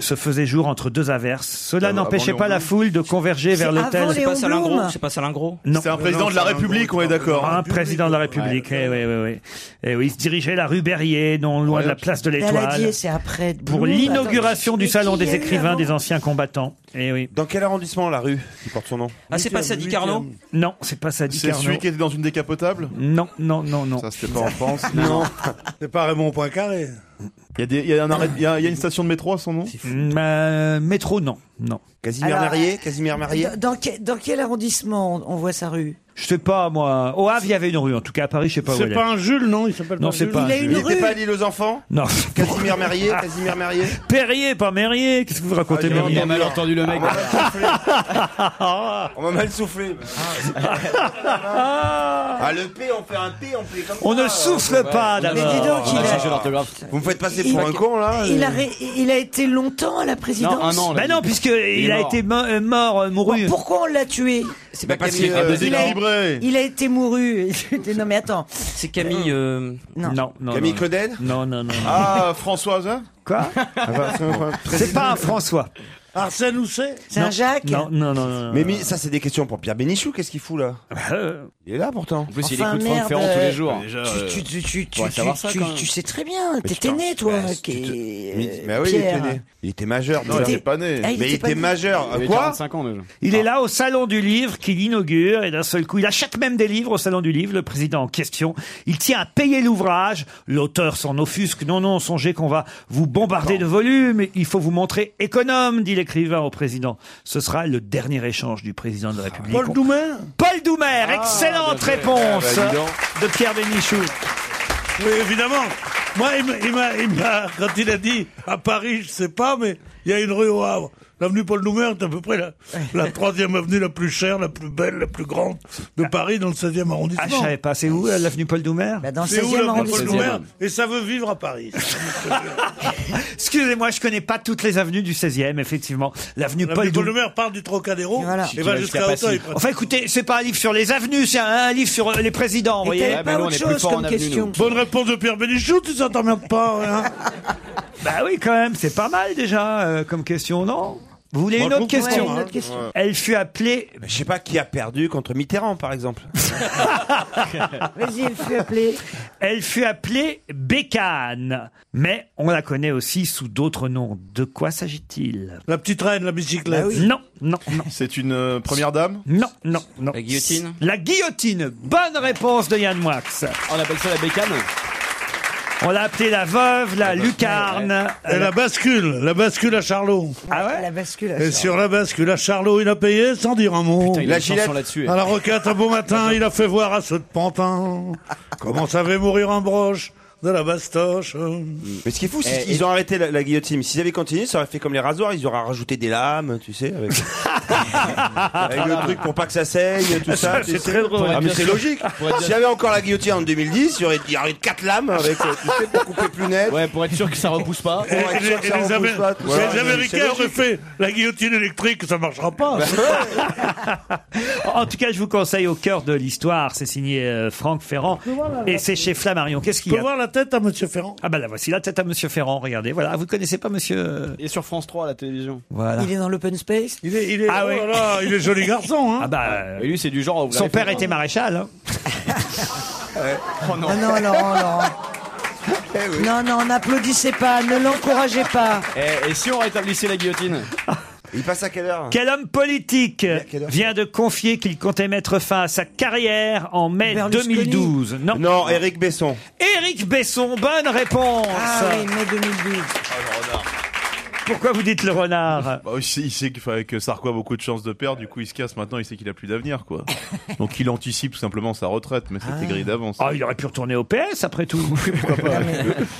se faisaient jour entre deux averses. Cela
Ah,
n'empêchait
avant
pas
Léon
la
Blum.
foule de converger vers l'hôtel.
C'est pas Salin Gros C'est pas Salin Gros
Non.
C'est un président de la République, on est d'accord.
Un président de la République, eh oui, oui, oui. Eh oui, il se dirigeait la rue Berrier, non loin de la place de l'Étoile,
Daladier, c'est après.
pour
Blum.
l'inauguration du
Mais
salon
qui y
des
a eu
écrivains
avant
des anciens combattants. Eh oui. Dans quel arrondissement la rue qui porte son nom
Ah, c'est pas Sadi Carnot
Non, c'est pas Sadi
C'est
Carnot.
celui qui était dans une décapotable
Non, non, non, non.
Ça, c'était pas en
[LAUGHS]
France.
Non. C'est pas Raymond Poincaré.
Il y, a des- il y a un arrêt- il y a- il y a une station de métro à son nom
Mm, euh, Métro, non. non.
Alors, Dans, dans quel, dans quel arrondissement on, on voit sa rue
Je sais pas, moi. Au Havre, il y avait une rue, en tout cas, à Paris, je sais pas où
C'est
elle est.
pas un Jules, non Il s'appelle
Ben, Non,
pas
c'est
Jules.
pas un Il a Jules. une
Il était pas à l'île aux enfants
[LAUGHS] Non.
[LAUGHS] Casimir Merrier Casimir [LAUGHS] Merrier
Perrier, pas Merrier. Qu'est-ce que vous racontez,
Ah, j'ai
Merrier Ah, bah,
vraiment mal entendu le mec.
On bah.
On m'a mal soufflé. Ah, le P, on fait un P, on fait comme
On
ça.
ne souffle pas, d'abord.
Mais dis donc, il a-
Vous me faites passer pour un con, là euh.
il a, ré- il a été longtemps à la présidence
Bah non, puisque il, a été mo- euh, mort, euh, mouru.
Pourquoi on l'a tué
C'est
Bah,
pas
parce
Camille.
que, euh,
il, a, il a été mouru. [LAUGHS] non mais attends.
C'est Camille. euh,
Non, non, non.
Camille
non.
Claudel
Non, non, non. non.
Ah, Françoise
Quoi
Ah, bah,
C'est pas un François.
Arsène Housset
C'est un Non. Jacques Non, non, non, non, Bah, euh.
Mais
non.
mi- ça, c'est des questions pour Pierre Bénichou, qu'est-ce qu'il fout là Il est là pourtant. En
plus, il Enfin, écoute Franck merde, Ferrand tous les euh, jours.
Déjà,
tu-
euh,
Tu, tu- tu- tu-
faudrait savoir
tu-
ça,
tu-
quand même.
tu sais très bien.
Mais
T'étais
putain,
né, toi.
bah,
qui-
Mais,
euh,
bah oui, il
Pierre.
était né. Il était majeur.
Non, il était pas né. Ah, il
mais
était
il
pas
était
né.
majeur.
Il avait
Quoi
45 ans déjà.
Il
Ah.
est là au salon du livre qu'il inaugure et d'un seul coup, il achète même des livres au salon du livre, le président en question. Il tient à payer l'ouvrage. L'auteur s'en offusque. Non, non, songez qu'on va vous bombarder de volumes. Il faut vous montrer économe, dit l'écrivain au président. Ce sera le dernier échange du président de la République.
Ah. Paul Doumer
Paul Doumer, excellente
bien fait.
réponse
Ah, bah, dis donc.
de Pierre Bénichou.
Oui, évidemment. Moi, il m'a- il m'a- il m'a- quand il a dit à Paris, je sais pas, mais il y a une rue au Havre. L'avenue Paul Doumer est à peu près la, la troisième avenue la plus chère, la plus belle, la plus grande de Paris dans le 16e arrondissement.
Ah, je savais pas, c'est où euh, l'avenue Paul Doumer
dans
C'est où l'avenue Paul Doumer Et ça veut vivre à Paris.
Excusez-moi, je connais pas toutes les avenues du 16e, effectivement. L'avenue
L'avenue
Paul
Paul
Doumer.
Doumer part du Trocadéro et
Qui va
va jusqu'à Auteuil. pratiquement.
Enfin, écoutez, c'est pas un livre sur les avenues, c'est un, un livre sur euh, les présidents, vous voyez.
Bonne réponse de Pierre Bénichou, tu ça t'emmerde pas. hein
Bah oui, quand même, c'est pas mal déjà euh, comme question, non Vous voulez
Moi,
une
je
autre,
comprends,
question
hein. Ouais.
Elle fut appelée.
Je sais pas qui a perdu contre Mitterrand, par exemple.
Vas-y, elle fut appelée.
Elle fut appelée Bécane, mais on la connaît aussi sous d'autres noms. De quoi s'agit-il
La petite reine, la
Bah
bicyclette.
Non, non,
[LAUGHS]
non.
C'est une euh, première dame
Non, non, non.
La guillotine
La guillotine. Bonne réponse de Yann Moix.
Oh, On appelle ça la bécane
On l'a appelée la veuve, la lucarne.
Et la
euh,
bascule, la bascule à Charlot.
Ah ouais
La bascule. à
Et
Charles.
sur la bascule, à Charlot, il a payé sans dire un mot.
il a La une chanson gilette. là-dessus,
À
eh.
la roquette, un beau matin, il a fait voir à ceux de
[LAUGHS]
Pantin comment savait mourir un broche de la bastoche.
Mais ce qui est fou, c'est
Eh,
qu'ils ont arrêté la, la guillotine. S'ils avaient continué, ça aurait fait comme les rasoirs, ils auraient rajouté des lames, tu sais, avec, avec le truc pour pas que ça saigne, tout ça.
Ça,
tu
c'est
sais.
très drôle.
Ah, mais
Pour
c'est
être bien
logique.
sûr. Pour être bien
S'il y avait encore la guillotine en 2010, il y aurait, il y aurait quatre lames avec, euh, tu sais, pour couper plus net. Ouais,
pour être sûr que ça repousse pas.
Et, et les, et les Amé- les Américains auraient fait la guillotine électrique, ça marchera pas.
Bah,
[LAUGHS]
En tout cas, je vous conseille au cœur de l'histoire. C'est signé euh, Franck Ferrand
voir la-
et c'est chez Flammarion. Qu'est-ce qu'il
On
y
peut
a
voir la tête à Monsieur Ferrand.
Ah bah là, voici la tête à Monsieur Ferrand. Regardez, voilà. Ah, Vous connaissez pas Monsieur euh,
Et sur France 3 à la télévision.
Voilà.
Il est dans l'open space.
Il est, il est,
Ah
oh
oui.
là là, il est joli garçon. Hein.
Ah bah. euh,
Et lui, c'est du genre.
Son père était maréchal. hein.
Oh non.
Ah non, Laurent, Laurent.
Eh
Non, non, n'applaudissez pas, ne l'encouragez pas.
Eh, Et, et si on rétablissait la guillotine
Il passe à quelle heure
Quel homme politique vient de confier qu'il comptait mettre fin à sa carrière en mai 2012 Non.
Non, Eric Besson.
Éric Besson, bonne réponse.
Ah oui, mai 2012.
Oh,
Pourquoi vous dites le renard
Bah, il sait, il sait qu'il fallait que Sarko a beaucoup de chances de perdre, du coup il se casse maintenant, il sait qu'il a plus d'avenir
[LAUGHS]
quoi. Donc il anticipe tout simplement sa retraite, mais c'était grillé d'avance.
Ah, il aurait pu retourner au PS
[LAUGHS]
après tout. Pourquoi pas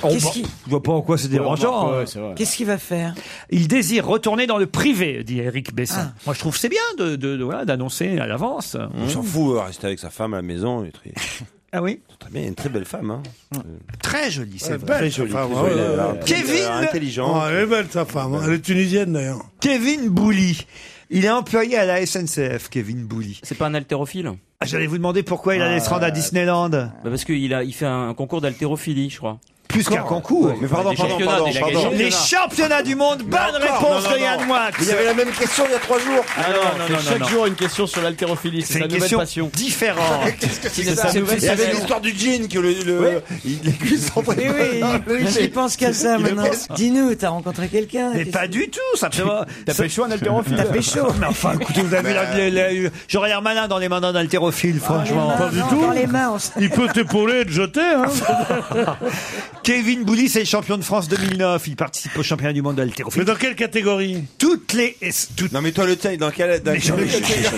Qu'est-ce qu'il
Je vois pas en quoi c'est dérangeant. hein.
qu'est-ce qu'il va faire
Il désire retourner dans le privé, dit Éric Besson.
Ah.
Moi, je trouve que c'est bien de de- de- voilà, d'annoncer à l'avance.
On s'en fout, euh, rester avec sa femme à la maison. et tri-
Mmh. Ah oui
Très bien, une très belle femme. Hein.
Très jolie, c'est
Ouais,
vrai.
belle, Très jolie,
Enfin,
très
ouais,
jolie, elle a
ouais,
un
ouais.
truc, euh, intelligent.
Ouais, elle est belle, sa femme. Elle est tunisienne, d'ailleurs.
Oh, Kevin Bouli. Il est employé à la SNCF, Kevin Bouli.
C'est pas un haltérophile
Ah, J'allais vous demander pourquoi il allait se
Ah,
rendre à Disneyland.
Euh, Bah parce qu'il a, il fait un concours d'haltérophilie, je crois.
Plus qu'un concours.
Ouais, des championnats, il a gagné des
Les
championnats.
championnats du monde, bonne
encore,
réponse
non, non,
de Yann
non.
Moix.
Il y avait la même question il y a trois jours.
Ah non, c'est chaque jour une question sur l'haltérophilie, c'est
C'est
sa
une
nouvelle
question
passion.
[LAUGHS]
[LAUGHS]
différente. Qu'est-ce que c'est que ça
Il y avait l'histoire du jean que le, le [LAUGHS] il est cuisses en
Oui, oui,
[LAUGHS]
oui, je pense qu'à ça maintenant. Dis-nous, t'as rencontré quelqu'un
Mais pas du tout, simplement.
T'as pécho un haltérophile.
T'as pécho. Mais enfin, écoutez, vous avez la- la- la- J'aurais l'air malin dans les mains d'un haltérophile, franchement.
Pas du tout. Il peut
[LAUGHS]
t'épauler et te jeter. Hein.
Kevin Bouli, c'est le champion de France 2009. Il participe au championnat du monde d'haltérophilie.
Mais dans quelle catégorie
Toutes les. Non, mais toi, le tien, dans quelle. Mais je,
quelle-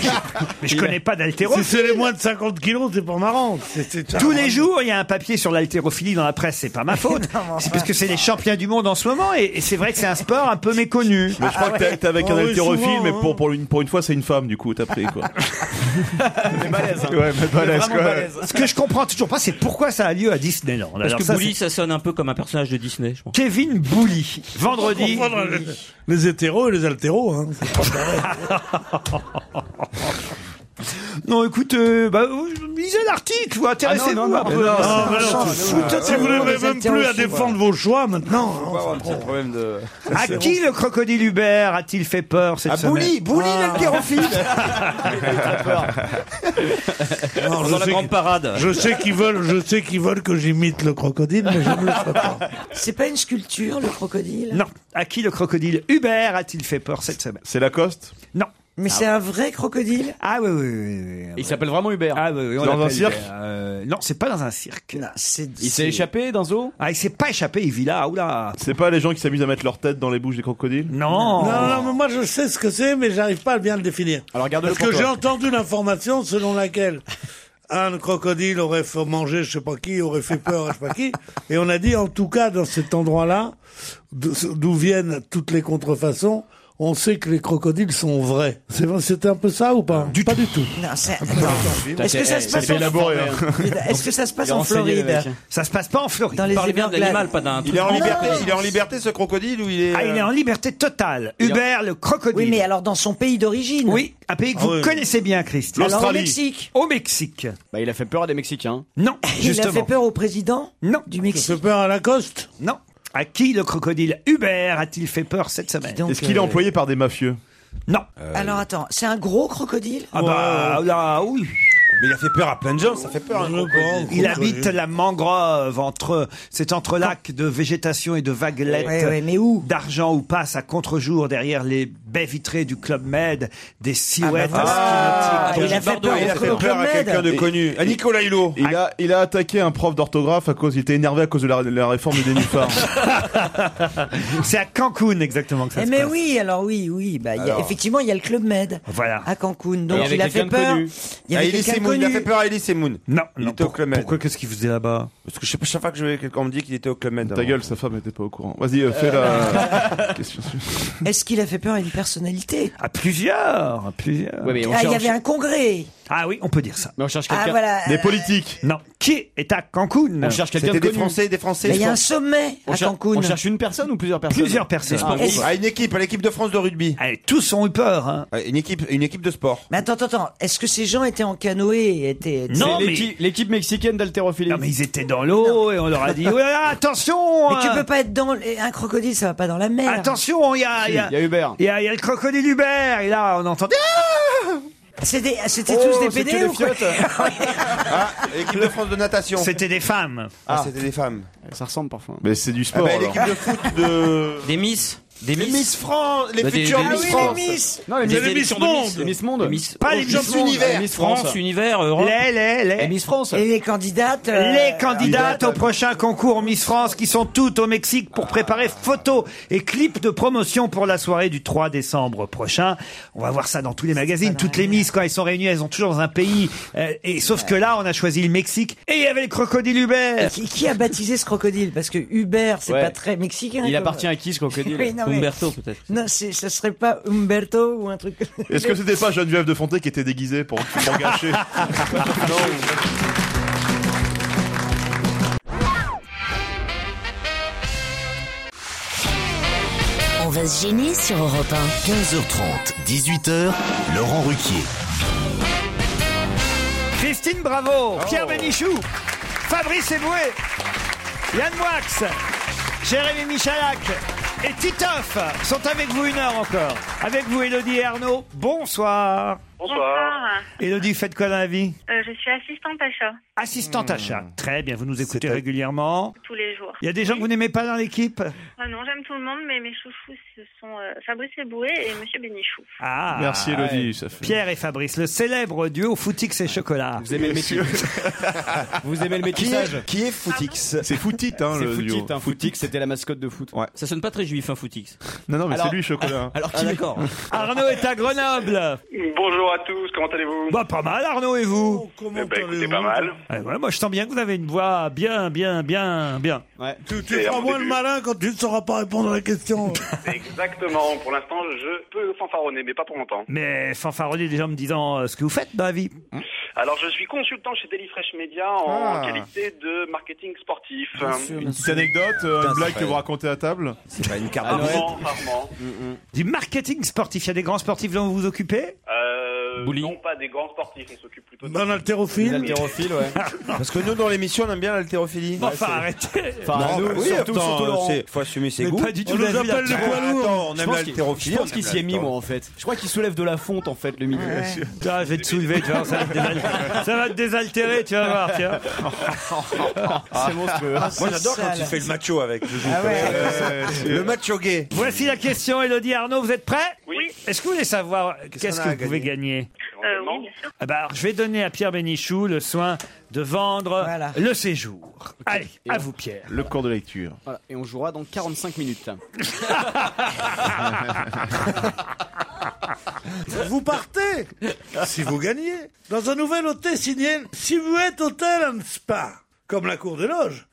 mais je connais pas
Si
d'haltérophilie.
c'est les moins de 50 kilos, c'est pas marrant. C'est- c'est-
Tous les jours, il y a un papier sur l'haltérophilie dans la presse. C'est [LAUGHS] pas ma faute. C'est parce que c'est les champions du monde en ce moment et, et c'est vrai que c'est un sport un peu méconnu. Oh,
Mais je crois que t'es t'es
Ah
avec un haltérophile, mais
hein.
pour, pour, une, pour une fois, c'est une femme, du coup, t'as pris,
[LAUGHS]
quoi. Ouais, mais balèze,
Vraiment
quoi.
balèze. Ce que je comprends toujours pas, c'est pourquoi ça a lieu à Disneyland.
Parce
Alors
que
ça,
Bouli, ça sonne un peu comme un personnage de Disney, je pense.
Kevin Bouli, vendredi.
Faut confondre les, les hétéros et les altéros. Hein.
c'est- [LAUGHS] Non, écoute, euh, bah, euh, lisez l'article, vous intéressez-vous.
Ah non,
un peu.
non,
Ça
mais non,
change.
tu- si vous n'avez même plus à défendre vos choix maintenant. hein, c'est bon.
[LAUGHS]
À qui le crocodile Hubert a-t-il fait peur cette
À
semaine Ah.
Bouli, Bouli, l'haltérophile. [LAUGHS] Non, je
Dans la
sais
grande
que-
parade.
Je sais qu'ils veulent, je sais qu'ils veulent que j'imite le crocodile, mais je ne le ferai pas.
C'est pas une sculpture, le crocodile
Non. À qui le crocodile Hubert a-t-il fait peur cette semaine
C'est Lacoste
Non.
Mais c'est un vrai crocodile
Ah oui, oui, oui, oui, oui.
Il s'appelle vraiment Hubert.
Ah oui, oui, on
Dans un
l'appelle
cirque
Hubert. Euh, Non, c'est pas dans un cirque.
Il s'est échappé d'un zoo
Ah, il s'est pas échappé, il vit là, oula.
C'est pas les gens qui s'amusent à mettre leur tête dans les bouches des crocodiles
Non.
Non, non, mais moi je sais ce que c'est, mais j'arrive pas à bien le définir.
Alors garde-le
Parce
pour
que
toi.
j'ai entendu l'information selon laquelle un crocodile aurait fait manger je sais pas qui, aurait fait peur à je sais pas qui, et on a dit en tout cas dans cet endroit-là, d'o- d'où viennent toutes les contrefaçons, on sait que les crocodiles sont vrais. C'est vrai, c'était un peu ça ou pas Pas du tout.
Non, c'est-
Putain,
non. Est-ce que
Eh,
ça
c'est-
se passe
c'est
en
élaboré, hein.
Est-ce que ça se passe
Il est
en
renseigné, le
Floride
hein.
mec.
Ça se passe pas en Floride.
Dans les
Parlez bien de l'animal,
Everglades.
pas d'un- Il est en liberté, il est en liberté, ce crocodile ou il est euh,
Ah, il est en liberté totale. Hubert, le crocodile.
Oui, mais alors dans son pays d'origine.
Oui, un pays que
Ah
vous
oui.
connaissez bien, Christian.
Alors, au L'Australie. Mexique.
Au Mexique.
Bah, il a fait peur à des Mexicains.
[LAUGHS]
Non,
Il a
justement.
fait peur au président
Non.
du Mexique.
fait peur à Lacoste
Non. À qui le crocodile Hubert a-t-il fait peur cette semaine
Est-ce
euh,
qu'il est employé par des mafieux
Non.
Alors attends, c'est un gros crocodile
Euh, Ah bah, là, oui.
Mais il a fait peur à plein de gens, ça fait peur. un crocodile.
Il habite la mangrove entre cet entrelac de végétation et de vaguelettes.
Ouais, ouais, mais
D'argent où passe à contre-jour derrière les baies vitrées du Club Med des silhouettes.
Ah,
Ah,
astigmatiques.
il a fait peur, il a fait peur à quelqu'un de connu. À Nicolas Hulot.
Il a, il a attaqué un prof d'orthographe à cause, il était énervé à cause de la, la réforme du Dénuphar.
[LAUGHS] C'est à Cancun exactement que ça
Eh
se
mais
passe.
oui, alors oui, oui, bah, il y a-
Alors.
effectivement, il y a le Club Med
Ah,
Voilà.
à Cancun.
Il y
Donc
avait
il a fait
quelqu'un de
peur.
connu. Ah,
Il y avait
À Elie
quelqu'un de
Semoun, Ah, il a
connu.
fait peur à Elie Semoun.
Non,
il était au Club Med.
Pourquoi qu'est-ce qu'il faisait là-bas
Parce que je sais pas, chaque fois que je vais quelqu'un on me dit qu'il était au Club Med.
Ta gueule, sa femme était pas au courant. Vas-y, euh, fais la question.
Est-ce qu'il a fait peur à une personnalité
À plusieurs, à plusieurs.
Ah, il y avait un congrès.
Ah oui, on peut dire ça.
Mais on cherche
Ah, quelqu'un- voilà. Des
politiques.
Non. Qui est à Cancun
On cherche quelqu'un de
C'était des
connu.
Français, des Français.
Mais il y a un sommet
On
à
cher-
Cancun.
On cherche une personne ou plusieurs personnes
Plusieurs personnes. Eh,
Ah, bon, bah.
À une équipe, à l'équipe de France de rugby. Ah,
tous ont eu peur. Hein.
Une équipe, une équipe de sport.
Mais attends, attends, attends. Est-ce que ces gens étaient en canoë et étaient...
C'est
Non, mais-
l'équipe- l'équipe mexicaine d'haltérophilie.
Non, mais ils étaient dans l'eau et on leur a dit oh Ouais,
[LAUGHS]
attention
Mais tu
euh,
peux pas être dans... Un crocodile, ça va pas dans la mer.
Attention, il y a, il y a-
Il y a Hubert.
il y a- il y a le crocodile Hubert. Et là, on entendait Ah
C'était c'était
Oh,
tous des
c'était
PD
des
ou quoi
Ah, [LAUGHS] équipe de France de natation.
C'était des femmes.
Ah, c'était des femmes.
Ça ressemble parfois.
Mais c'est du
Ah
sport.
bah,
alors.
l'équipe de foot
[LAUGHS]
de.
Des Miss Des
Les
Miss
Miss France, les
Bah, des-
futures
des
Miss
Miss
France.
Miss
Non, les
Des
Miss-
élections
les
de
Miss- les Miss Monde.
Les Miss-
Pas
Oh,
les
Miss
Miss
Monde,
Univers.
les Miss France,
France.
Univers, Europe.
Les, les,
Et
les.
Miss France.
Et les candidates... euh,
Les candidates au prochain concours Miss France qui sont toutes au Mexique pour préparer photos et clips de promotion pour la soirée du 3 décembre prochain. On va voir ça dans tous les magazines. Toutes les Miss, quand elles sont réunies, elles sont toujours dans un pays. Euh, Et sauf que là, on a choisi le Mexique et il y avait le crocodile Hubert.
Qui, qui a baptisé ce crocodile Parce que Hubert, c'est
Ouais.
pas très mexicain.
Il
comme-
appartient à qui ce crocodile
[LAUGHS] Oui, non, mais-
Umberto, peut-être.
Non, c'est- ça serait pas Umberto ou un truc.
Est-ce que
[LAUGHS]
c'était pas Geneviève de Fonté qui était déguisée pour, pour gâcher
va se gêner sur Europe 1.
15h30, 18h, Laurent Ruquier.
Christine Bravo, Pierre Bénichou, Fabrice Eboué, Yann Moix, Jérémy Michalak et Titoff sont avec vous une heure encore. Avec vous, Elodie et Arnaud. Bonsoir.
Bonsoir.
Élodie, faites quoi dans la vie
Euh, je suis assistante achat
Hmm.
Assistante
Hmm.
à chat. Très bien, vous nous écoutez régulièrement.
tous les jours.
Il y a des gens que vous n'aimez pas dans l'équipe
Ah non, j'aime tout le monde, mais mes chouchous, ce sont euh, Fabrice Eboué et Monsieur Bénichou.
Ah,
Merci, Élodie,
ouais.
ça fait-
Pierre et Fabrice, le célèbre duo Footix et Chocolat. Vous
aimez le métier. [LAUGHS] Vous aimez le métissage Ah,
Qui est Footix
C'est Footix, hein,
C'est
le
Footix,
duo.
hein, Footix, c'était la mascotte de foot.
Ça sonne pas très juif, un Footix.
Non, non, mais
Alors-
c'est lui,
[LAUGHS]
chocolat.
[LAUGHS] Alors
Ah,
qui d'accord
Arnaud est à Grenoble.
Bonjour à tous, comment allez-vous
Bah, pas mal, Arnaud, et vous
Eh ben, écoutez, pas mal.
Eh ouais, Moi, je sens bien que vous avez une voix bien, bien, bien, bien.
Tu, tu feras moins le malin quand tu ne sauras pas répondre à la question.
Exactement, pour l'instant, je peux fanfaronner, mais pas pour longtemps.
[LAUGHS] Mais fanfaronner des gens me disant euh, ce que vous faites dans la vie.
Hein Alors, je suis consultant chez Delifresh Media en
Ah.
qualité de marketing sportif.
Une petite anecdote, euh,
Putain,
une blague
c'est
que vous
vrai.
racontez à table Ah,
C'est pas une
Rarement, rarement.
Mm,
Du marketing sportif. Il y a des grands sportifs dont vous vous occupez
Euh, non, pas des grands sportifs, on s'occupe plutôt de...
D'un haltérophile Des haltérophiles, ouais.
[LAUGHS]
Parce que nous, dans l'émission, on aime bien l'haltérophilie.
Bon, enfin, arrêtez.
Enfin,
Non,
nous,
bah,
oui,
surtout,
attends,
surtout, Laurent.
c'est- faut assumer ses
Mais
goûts.
pas du tout
On nous
la vie,
appelle
là-dessus.
les poids lourds. Attends, on
Je
aime
pense
la
qu'il-
haltérophilie,
Je
on
pense qu'il
aime
s'y est mis,
l'haltéro.
moi, en fait. Je crois qu'il soulève de la fonte, en fait, le midi.
Putain, Ah, je vais te soulever, tu vas voir, ça va te, désaltérer, ça va te désaltérer, tu vas voir, tiens.
[LAUGHS] C'est Ah monstrueux. Ah, Moi, j'adore quand il fait le macho avec. Euh, Le macho gay.
Voici la question, Elodie Arnaud, vous êtes prêts Oui. Est-ce que vous voulez savoir euh, qu'est-ce
qu'on
que
a à
vous pouvez gagner
Euh, oui, bien sûr.
Ah bah, alors, Je vais donner à Pierre Bénichou le soin de vendre le séjour. Allez, à vous Pierre.
Le cours de lecture.
Voilà, [LAUGHS] et on jouera dans
[LAUGHS]
45 minutes.
[LAUGHS] vous partez si vous gagnez dans un nouvel hôtel signé Silhouette Hotel and Spa, comme la cour des loges,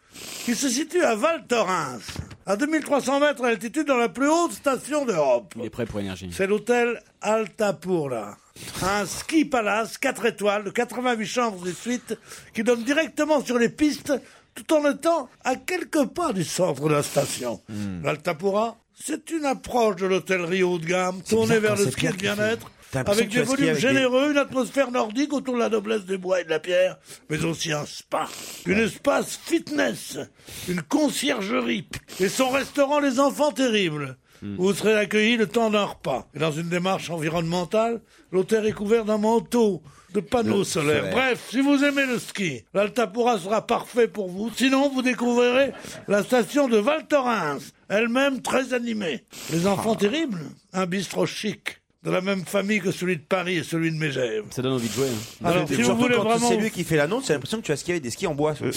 qui se situe à Val Thorens, à 2300 mètres d'altitude dans la plus haute station d'Europe.
Il est prêt pour énergie.
C'est l'hôtel Altapurla. Un ski palace 4 étoiles de 88 chambres et suites qui donne directement sur les pistes tout en étant à quelques pas du centre de la station.
Hmm.
L'Altapura, c'est une approche de l'hôtellerie haut de gamme tournée vers
bizarre quand
le
c'est
ski
Pierre
de
qui fait.
bien-être
T'as l'impression
avec
que tu
des
vas skier
volumes
avec des-
généreux, une atmosphère nordique autour de la noblesse des bois et de la pierre, mais aussi un spa, une espace fitness, une conciergerie et son restaurant Les Enfants Terribles.
Hmm.
Où vous serez accueillis le temps d'un repas. Et dans une démarche environnementale, l'hôtel est couvert d'un manteau, de panneaux
Le
solaires.
solaire.
Bref, si vous aimez le ski, l'Altapura sera parfait pour vous. Sinon, vous découvrirez la station de Val Thorens, elle-même très animée. Les
Ah.
enfants terribles, un bistrot chic, de la même famille que celui de Paris et celui de Mégève.
Ça donne envie de jouer. hein.
Alors, si vous
Surtout
voulez
quand
vraiment...
c'est lui qui fait l'annonce, j'ai l'impression que tu as skié avec des skis en bois.
[LAUGHS]
Hôtel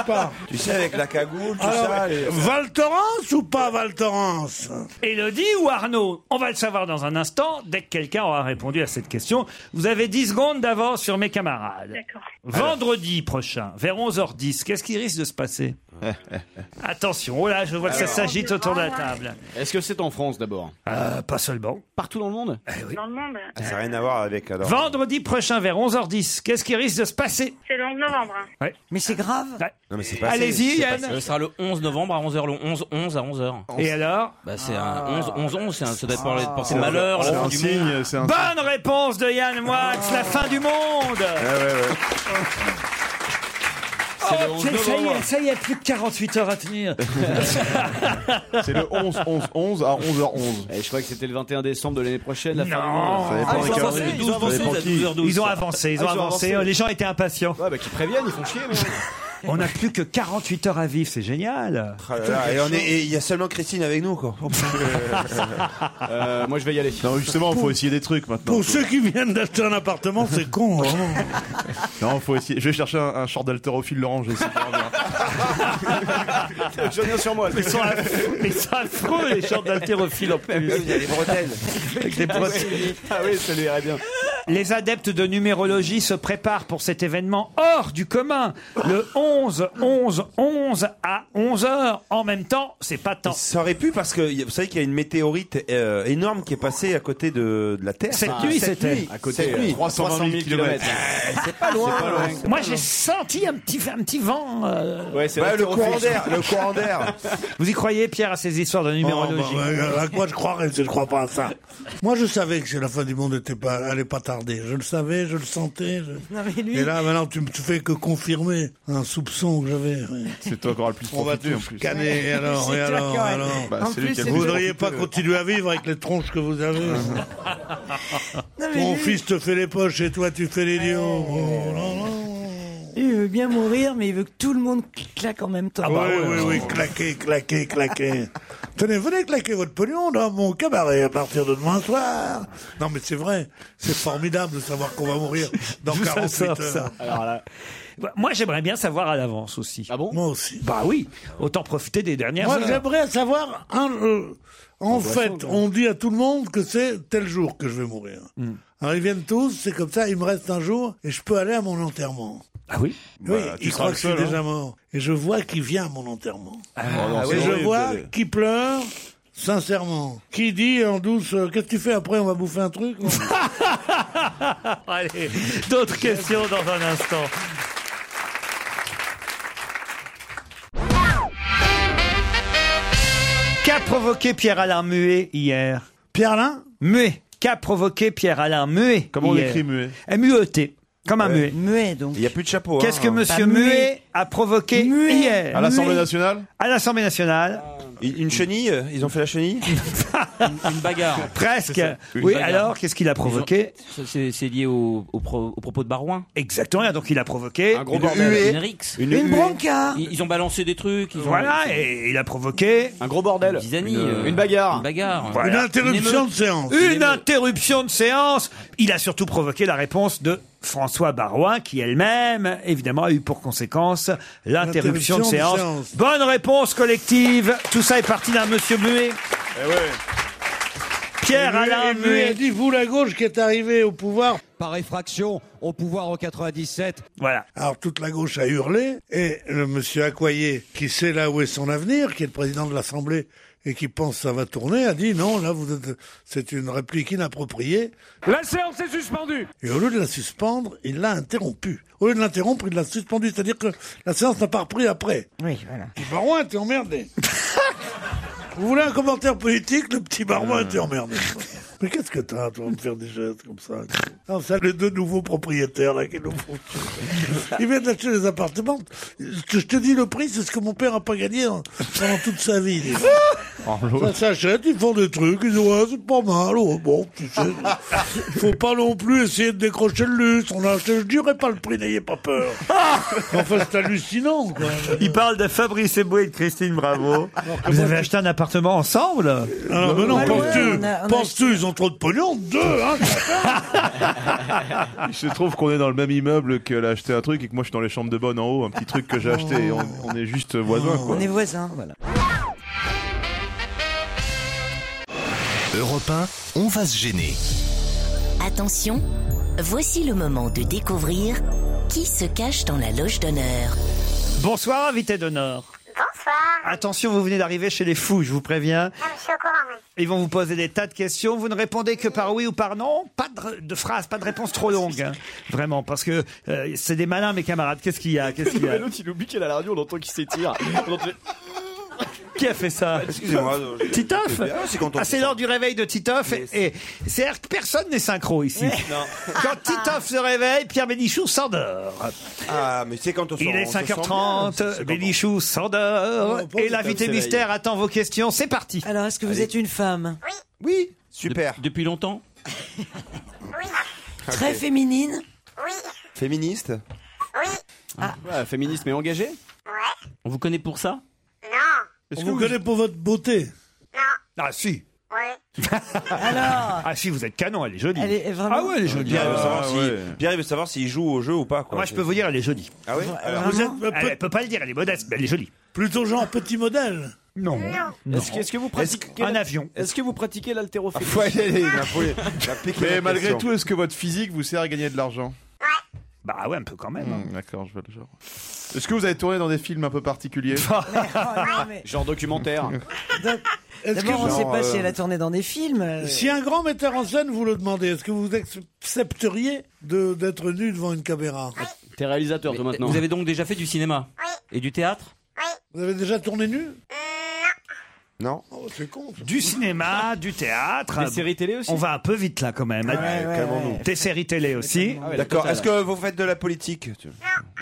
Spa.
[LAUGHS] tu sais, avec la cagoule, tout
Alors,
ça. les-
Val Thorens ou pas Val Thorens
Élodie ou Arnaud On va le savoir dans un instant, dès que quelqu'un aura répondu à cette question. Vous avez 10 secondes d'avance sur mes camarades.
D'accord.
Vendredi prochain, vers 11h10, qu'est-ce qui risque de se passer Attention, oh là, je vois que ça
Alors.
s'agite autour de la table.
Est-ce que c'est en France d'abord
Euh, pas seulement. Eh
Partout dans le monde
Dans le monde,
Ah, Ça n'a rien à voir avec. alors.
Vendredi prochain, vers 11h10, qu'est-ce qui risque de se passer
c'est le 11 novembre. hein.
Mais c'est grave.
Non, mais c'est pas
Allez-y,
C'est passé.
Yann.
Ce sera le 11 novembre à 11h, le 11 11 à 11h.
Et alors
Bah c'est un 11 11 11, c'est un- ça doit être pour les- pour
C'est
ses malheurs,
c'est
la fin
un
du monde.
signe, c'est un
Bonne réponse de Yann Moix, la fin du monde
Euh,
Oh,
le 11
tiens, ça y est,
novembre.
ça y est, plus de 48 heures à tenir.
C'est le 11-11-11 à 11h11.
Eh, Je crois que c'était le 21 décembre de l'année prochaine. La
Non.
fin du monde.
Ah, ils ont avancé,
calendrier.
ils ont avancé,
Ça dépend
ils ont avancé. Ils ont
qui.
avancé,
Ah,
Ah,
ils ont avancé. Les gens étaient impatients.
Ouais, bah qu'ils préviennent, ils font chier. mais-
[LAUGHS] On n'a plus que 48 heures à vivre, c'est génial.
Ah là là, Et on est- et il y a seulement
[LAUGHS]
Christine avec nous, quoi.
[LAUGHS] Euh, moi, je vais y aller.
Non, justement, faut essayer des trucs maintenant.
Pour ceux qui viennent d'acheter un appartement, c'est con. hein. vraiment.
[LAUGHS] Non, faut essayer. Je vais chercher un, un short d'haltérophile Laurent, je sais
Je viens sur moi.
Ils sont, affreux, ils sont affreux, les shorts d'haltérophiles en plus.
Il y a les bretelles. Ah
Avec les bretelles.
Ah oui, ça lui irait bien.
Les adeptes de numérologie se préparent pour cet événement hors du commun. Le 11, 11, 11 à 11 heures. En même temps, c'est pas tant.
Ça aurait pu parce que y a- vous savez qu'il y a une météorite euh, énorme qui est passée à côté de, de la Terre.
Cette nuit, c'était.
nuit.
À côté,
Cette
euh,
nuit.
320 000 kilomètres.
C'est pas loin.
Moi, j'ai senti un petit, un petit vent. euh.
Ouais,
Bah,
c'est Ouais, le courant d'air, le courant d'air.
[LAUGHS] Vous y croyez, Pierre, à ces histoires de numérologie
Oh, bah, bah, à quoi je croirais si je crois pas à ça Moi, je savais que c'est la fin du monde n'était pas, allait pas tarder. Je le savais, je le sentais. je-
Non, mais lui-
Et là, maintenant, tu me tu fais que confirmer un soupçon que j'avais.
C'est toi qui auras le plus
On va
profité,
te
en plus.
scanner, et alors,
C'est
et
toi
alors,
qui
et
auras-
alors.
Bah, En c'est lui plus, qui a c'est
vous
lui.
voudriez pas continuer à vivre avec les tronches que vous avez
Ah. [LAUGHS]
Ton fils te fait les poches et toi, tu fais l'idiot. Oh, non, non.
Lui, il veut bien mourir, mais il veut que tout le monde claque en même temps.
Ah
Ah bah
bah
oui,
hein.
oui, oui, claquez, claquez,
[LAUGHS]
claquez. Tenez, venez claquer votre pognon dans mon cabaret à partir de demain soir. Non, mais c'est vrai, c'est formidable de savoir qu'on va mourir dans
D'où ça
48
sort,
heures.
ça Alors là, bah, moi, j'aimerais bien savoir à l'avance aussi. Ah
bon Moi aussi.
Bah oui, autant profiter des dernières
Moi,
heures.
j'aimerais savoir, hein, euh, en
On voit ça,
fait,
ouais.
on dit à tout le monde que c'est tel jour que je vais mourir.
Hmm.
Alors, ils viennent tous, c'est comme ça, il me reste un jour et je peux aller à mon enterrement.
Ah oui
Oui,
Bah,
ils croient que je suis
hein.
hein.
déjà mort. Et je vois qui vient à mon enterrement. et je vois qui pleure, sincèrement. Qui dit en douce, euh, qu'est-ce que tu fais après, on va bouffer un truc
[LAUGHS] Allez, d'autres questions dans un instant. Qu'a provoqué Pierre-Alain Muet hier
Pierre-Alain
Muet. Qu'a provoqué Pierre-Alain Muet
Comment on
hier
écrit Muet
Eh, Mueté. Comme un muet.
Muet, donc.
Il n'y a plus de chapeau.
Qu'est-ce que Monsieur
Muet
Muet a provoqué hier
À l'Assemblée
nationale
À l'Assemblée nationale.
Une chenille euh, Ils ont fait
[LAUGHS]
la chenille
Une bagarre.
[LAUGHS]
Presque.
C'est ça. Une
Oui,
bagarre.
alors, qu'est-ce qu'il a provoqué
Ils ont- C'est c'est lié au, au pro- au propos de Barouin.
Exactement, et donc il a provoqué
Un
gros bordel.
Une rixe.
Une Une huée. bronca.
Ils, ils ont balancé des trucs. Ils ont...
Voilà, et il a provoqué un gros bordel, une,
zizanie, euh, une
bagarre,
une bagarre.
Voilà.
Une interruption Une émeute. de séance.
une,
Une émeute.
interruption de séance. Il a surtout provoqué la réponse de François Barouin, qui elle-même, évidemment, a eu pour conséquence
L'interruption
l'interruption de,
de
séance.
séance.
Bonne réponse collective. Tout ça est parti d'un Monsieur Muet.
Eh
Pierre Alain Muet.
dit, vous la gauche qui est arrivée au pouvoir.
Par effraction, au pouvoir en 97.
Voilà.
Alors toute la gauche a hurlé et le monsieur Accoyer, qui sait là où est son avenir, qui est le président de l'Assemblée et qui pense que ça va tourner, a dit non, là vous êtes, c'est une réplique inappropriée.
La séance est suspendue.
Et au lieu de la suspendre, il l'a interrompue. Au lieu de l'interrompre, il l'a suspendue, c'est-à-dire que la séance n'a pas repris après.
Oui, voilà.
Le barouin était emmerdé. Vous voulez un commentaire politique Le petit barouin était emmerdé. Mais qu'est-ce que t'as, toi, de me faire des gestes comme ça Non, ça, les deux nouveaux propriétaires, là, qui nous font chier. Ils viennent d'acheter des appartements. Je je te dis le prix, c'est ce que mon père a pas gagné en- pendant toute sa vie. dis donc.
Oh,
Ça s'achète, ils font des trucs, ils disent ouais, c'est pas mal, ouais, bon, tu
[LAUGHS]
sais. Faut pas non plus essayer de décrocher le luxe. On a acheté, je dirais pas le prix, n'ayez pas
[LAUGHS]
peur. Enfin, c'est hallucinant, quoi.
Il parle de Fabrice Eboué et de Christine Bravo. Ah, Vous avez acheté un appartement ensemble
Alors, mais non,
Ouais,
penses-tu,
ouais, on a- on a
penses-tu, ils ont trop de pognon Deux, hein
Il se trouve qu'on est dans le même immeuble qu'elle a acheté un truc et que moi je suis dans les chambres de bonne en haut, un petit truc que j'ai acheté et on, on est juste voisins quoi.
On est voisins, voilà.
Europe 1, on va se gêner.
Attention, voici le moment de découvrir qui se cache dans la loge d'honneur.
Bonsoir, invité d'honneur.
Bonsoir,
Attention, vous venez d'arriver chez les fous, je vous préviens.
Ah, je suis au courant, oui.
Ils vont vous poser des tas de questions. Vous ne répondez que par oui ou par non. Pas de, de phrases, pas de réponses trop longues. hein. Vraiment, parce que euh, c'est des malins, mes camarades. Qu'est-ce qu'il y a Qu'est-ce qu'il y a
L'autre, il oublie qu'elle a la radio, on entend qu'il s'étire. On entend-
Qui a fait
Bah,
ça
Excusez-moi,
euh,
je-
Titoff
Ah, c'est quand on
Ah,
fait
c'est
ça.
l'heure du réveil de Titoff. et- Et c'est-à-dire que personne n'est synchro ici. [LAUGHS] Quand Titoff se réveille, Pierre Bénichou s'endort.
Ah, mais c'est quand on se-
Il est
on se sent bien, c'est- c'est
5h30,
quand
Bénichou s'endort.
Oh, bon,
Et
Titoff
l'invité
s'éveille.
mystère attend vos questions. C'est parti.
Alors, est-ce que vous
Allez.
êtes une femme Oui.
Oui. Super.
Depuis longtemps
Très féminine
Féministe
Ah.
Ah, Ouais, féministe mais engagée
On vous connaît pour ça
On vous connaît pour votre beauté.
Ah si.
Alors
Ah si, vous êtes canon, elle est jolie.
Elle est vraiment-
Ah ouais, elle est jolie.
Pierre, il veut savoir
Ah
si-
ouais.
Pierre, il veut savoir s'il joue au jeu ou pas. Quoi.
Moi, je peux vous dire, elle est jolie.
Ah oui
Vous êtes- elle, elle peut pas le dire, elle est modeste, mais elle est jolie.
Plutôt genre petit modèle.
Non.
Est-ce que, est-ce que vous pratiquez
un
la-
avion
Est-ce que vous pratiquez l'haltérophilie
Faut y aller, il va faut y- Mais
la
malgré
question.
tout, est-ce que votre physique vous sert à gagner de l'argent Hmm,
Bah ouais, un peu quand même.
D'accord, je vois le genre. Est-ce que vous avez tourné dans des films un peu particuliers
Oh, Genre documentaire.
Est-ce
D'abord, on
que
ne
vous-
sait pas si elle a tourné dans des films. euh.
Si un grand metteur en scène vous le demandait, est-ce que vous accepteriez de- d'être nu devant une caméra
T'es réalisateur, toi, maintenant.
Vous avez donc déjà fait du cinéma Et du théâtre
Vous avez déjà tourné nu
Non.
c'est con.
Du
[LAUGHS]
cinéma, du théâtre.
Des séries télé aussi
On va un peu vite là quand même.
Ouais, ouais, calmons-nous.
Des séries télé aussi.
Ah ouais, D'accord. Est-ce que vous faites de la politique tu-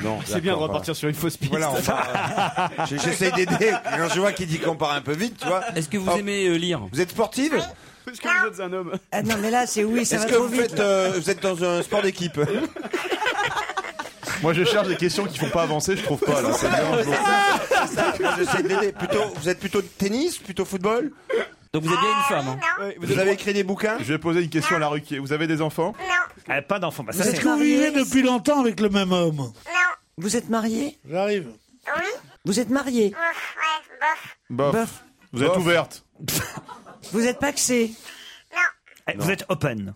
Non.
Ah, C'est bien de repartir
sur une fausse piste.
Voilà, on va- euh, j'ai- j'essaie d'aider. Quand je vois qu'il dit qu'on part un peu vite, tu vois. Oh.
Est-ce que vous aimez euh, lire
Vous êtes sportive
Est-ce que vous êtes un homme
Ah non, mais là, c'est oui, ça
Est-ce
va
que
trop
vous,
vite,
faites,
là.
euh, vous êtes dans un sport d'équipe
Moi, je cherche des questions qui font pas avancer, je trouve pas. Là, c'est bien.
Ah, C'est ça, Ah, moi, j'essaie d'aider. Plutôt, vous êtes plutôt tennis, plutôt football
Donc vous êtes bien une femme. hein.
Euh,
Vous avez écrit des bouquins
Je vais poser une question à la ruquier. Vous avez des enfants
Ah,
Pas d'enfants. Bah,
Vous êtes que vous vivez depuis longtemps avec le même homme Non.
Vous êtes marié
J'arrive.
Vous êtes marié
Bof.
Bof.
Vous êtes
[LAUGHS]
ouverte.
Vous êtes paxé
Eh, Vous êtes open.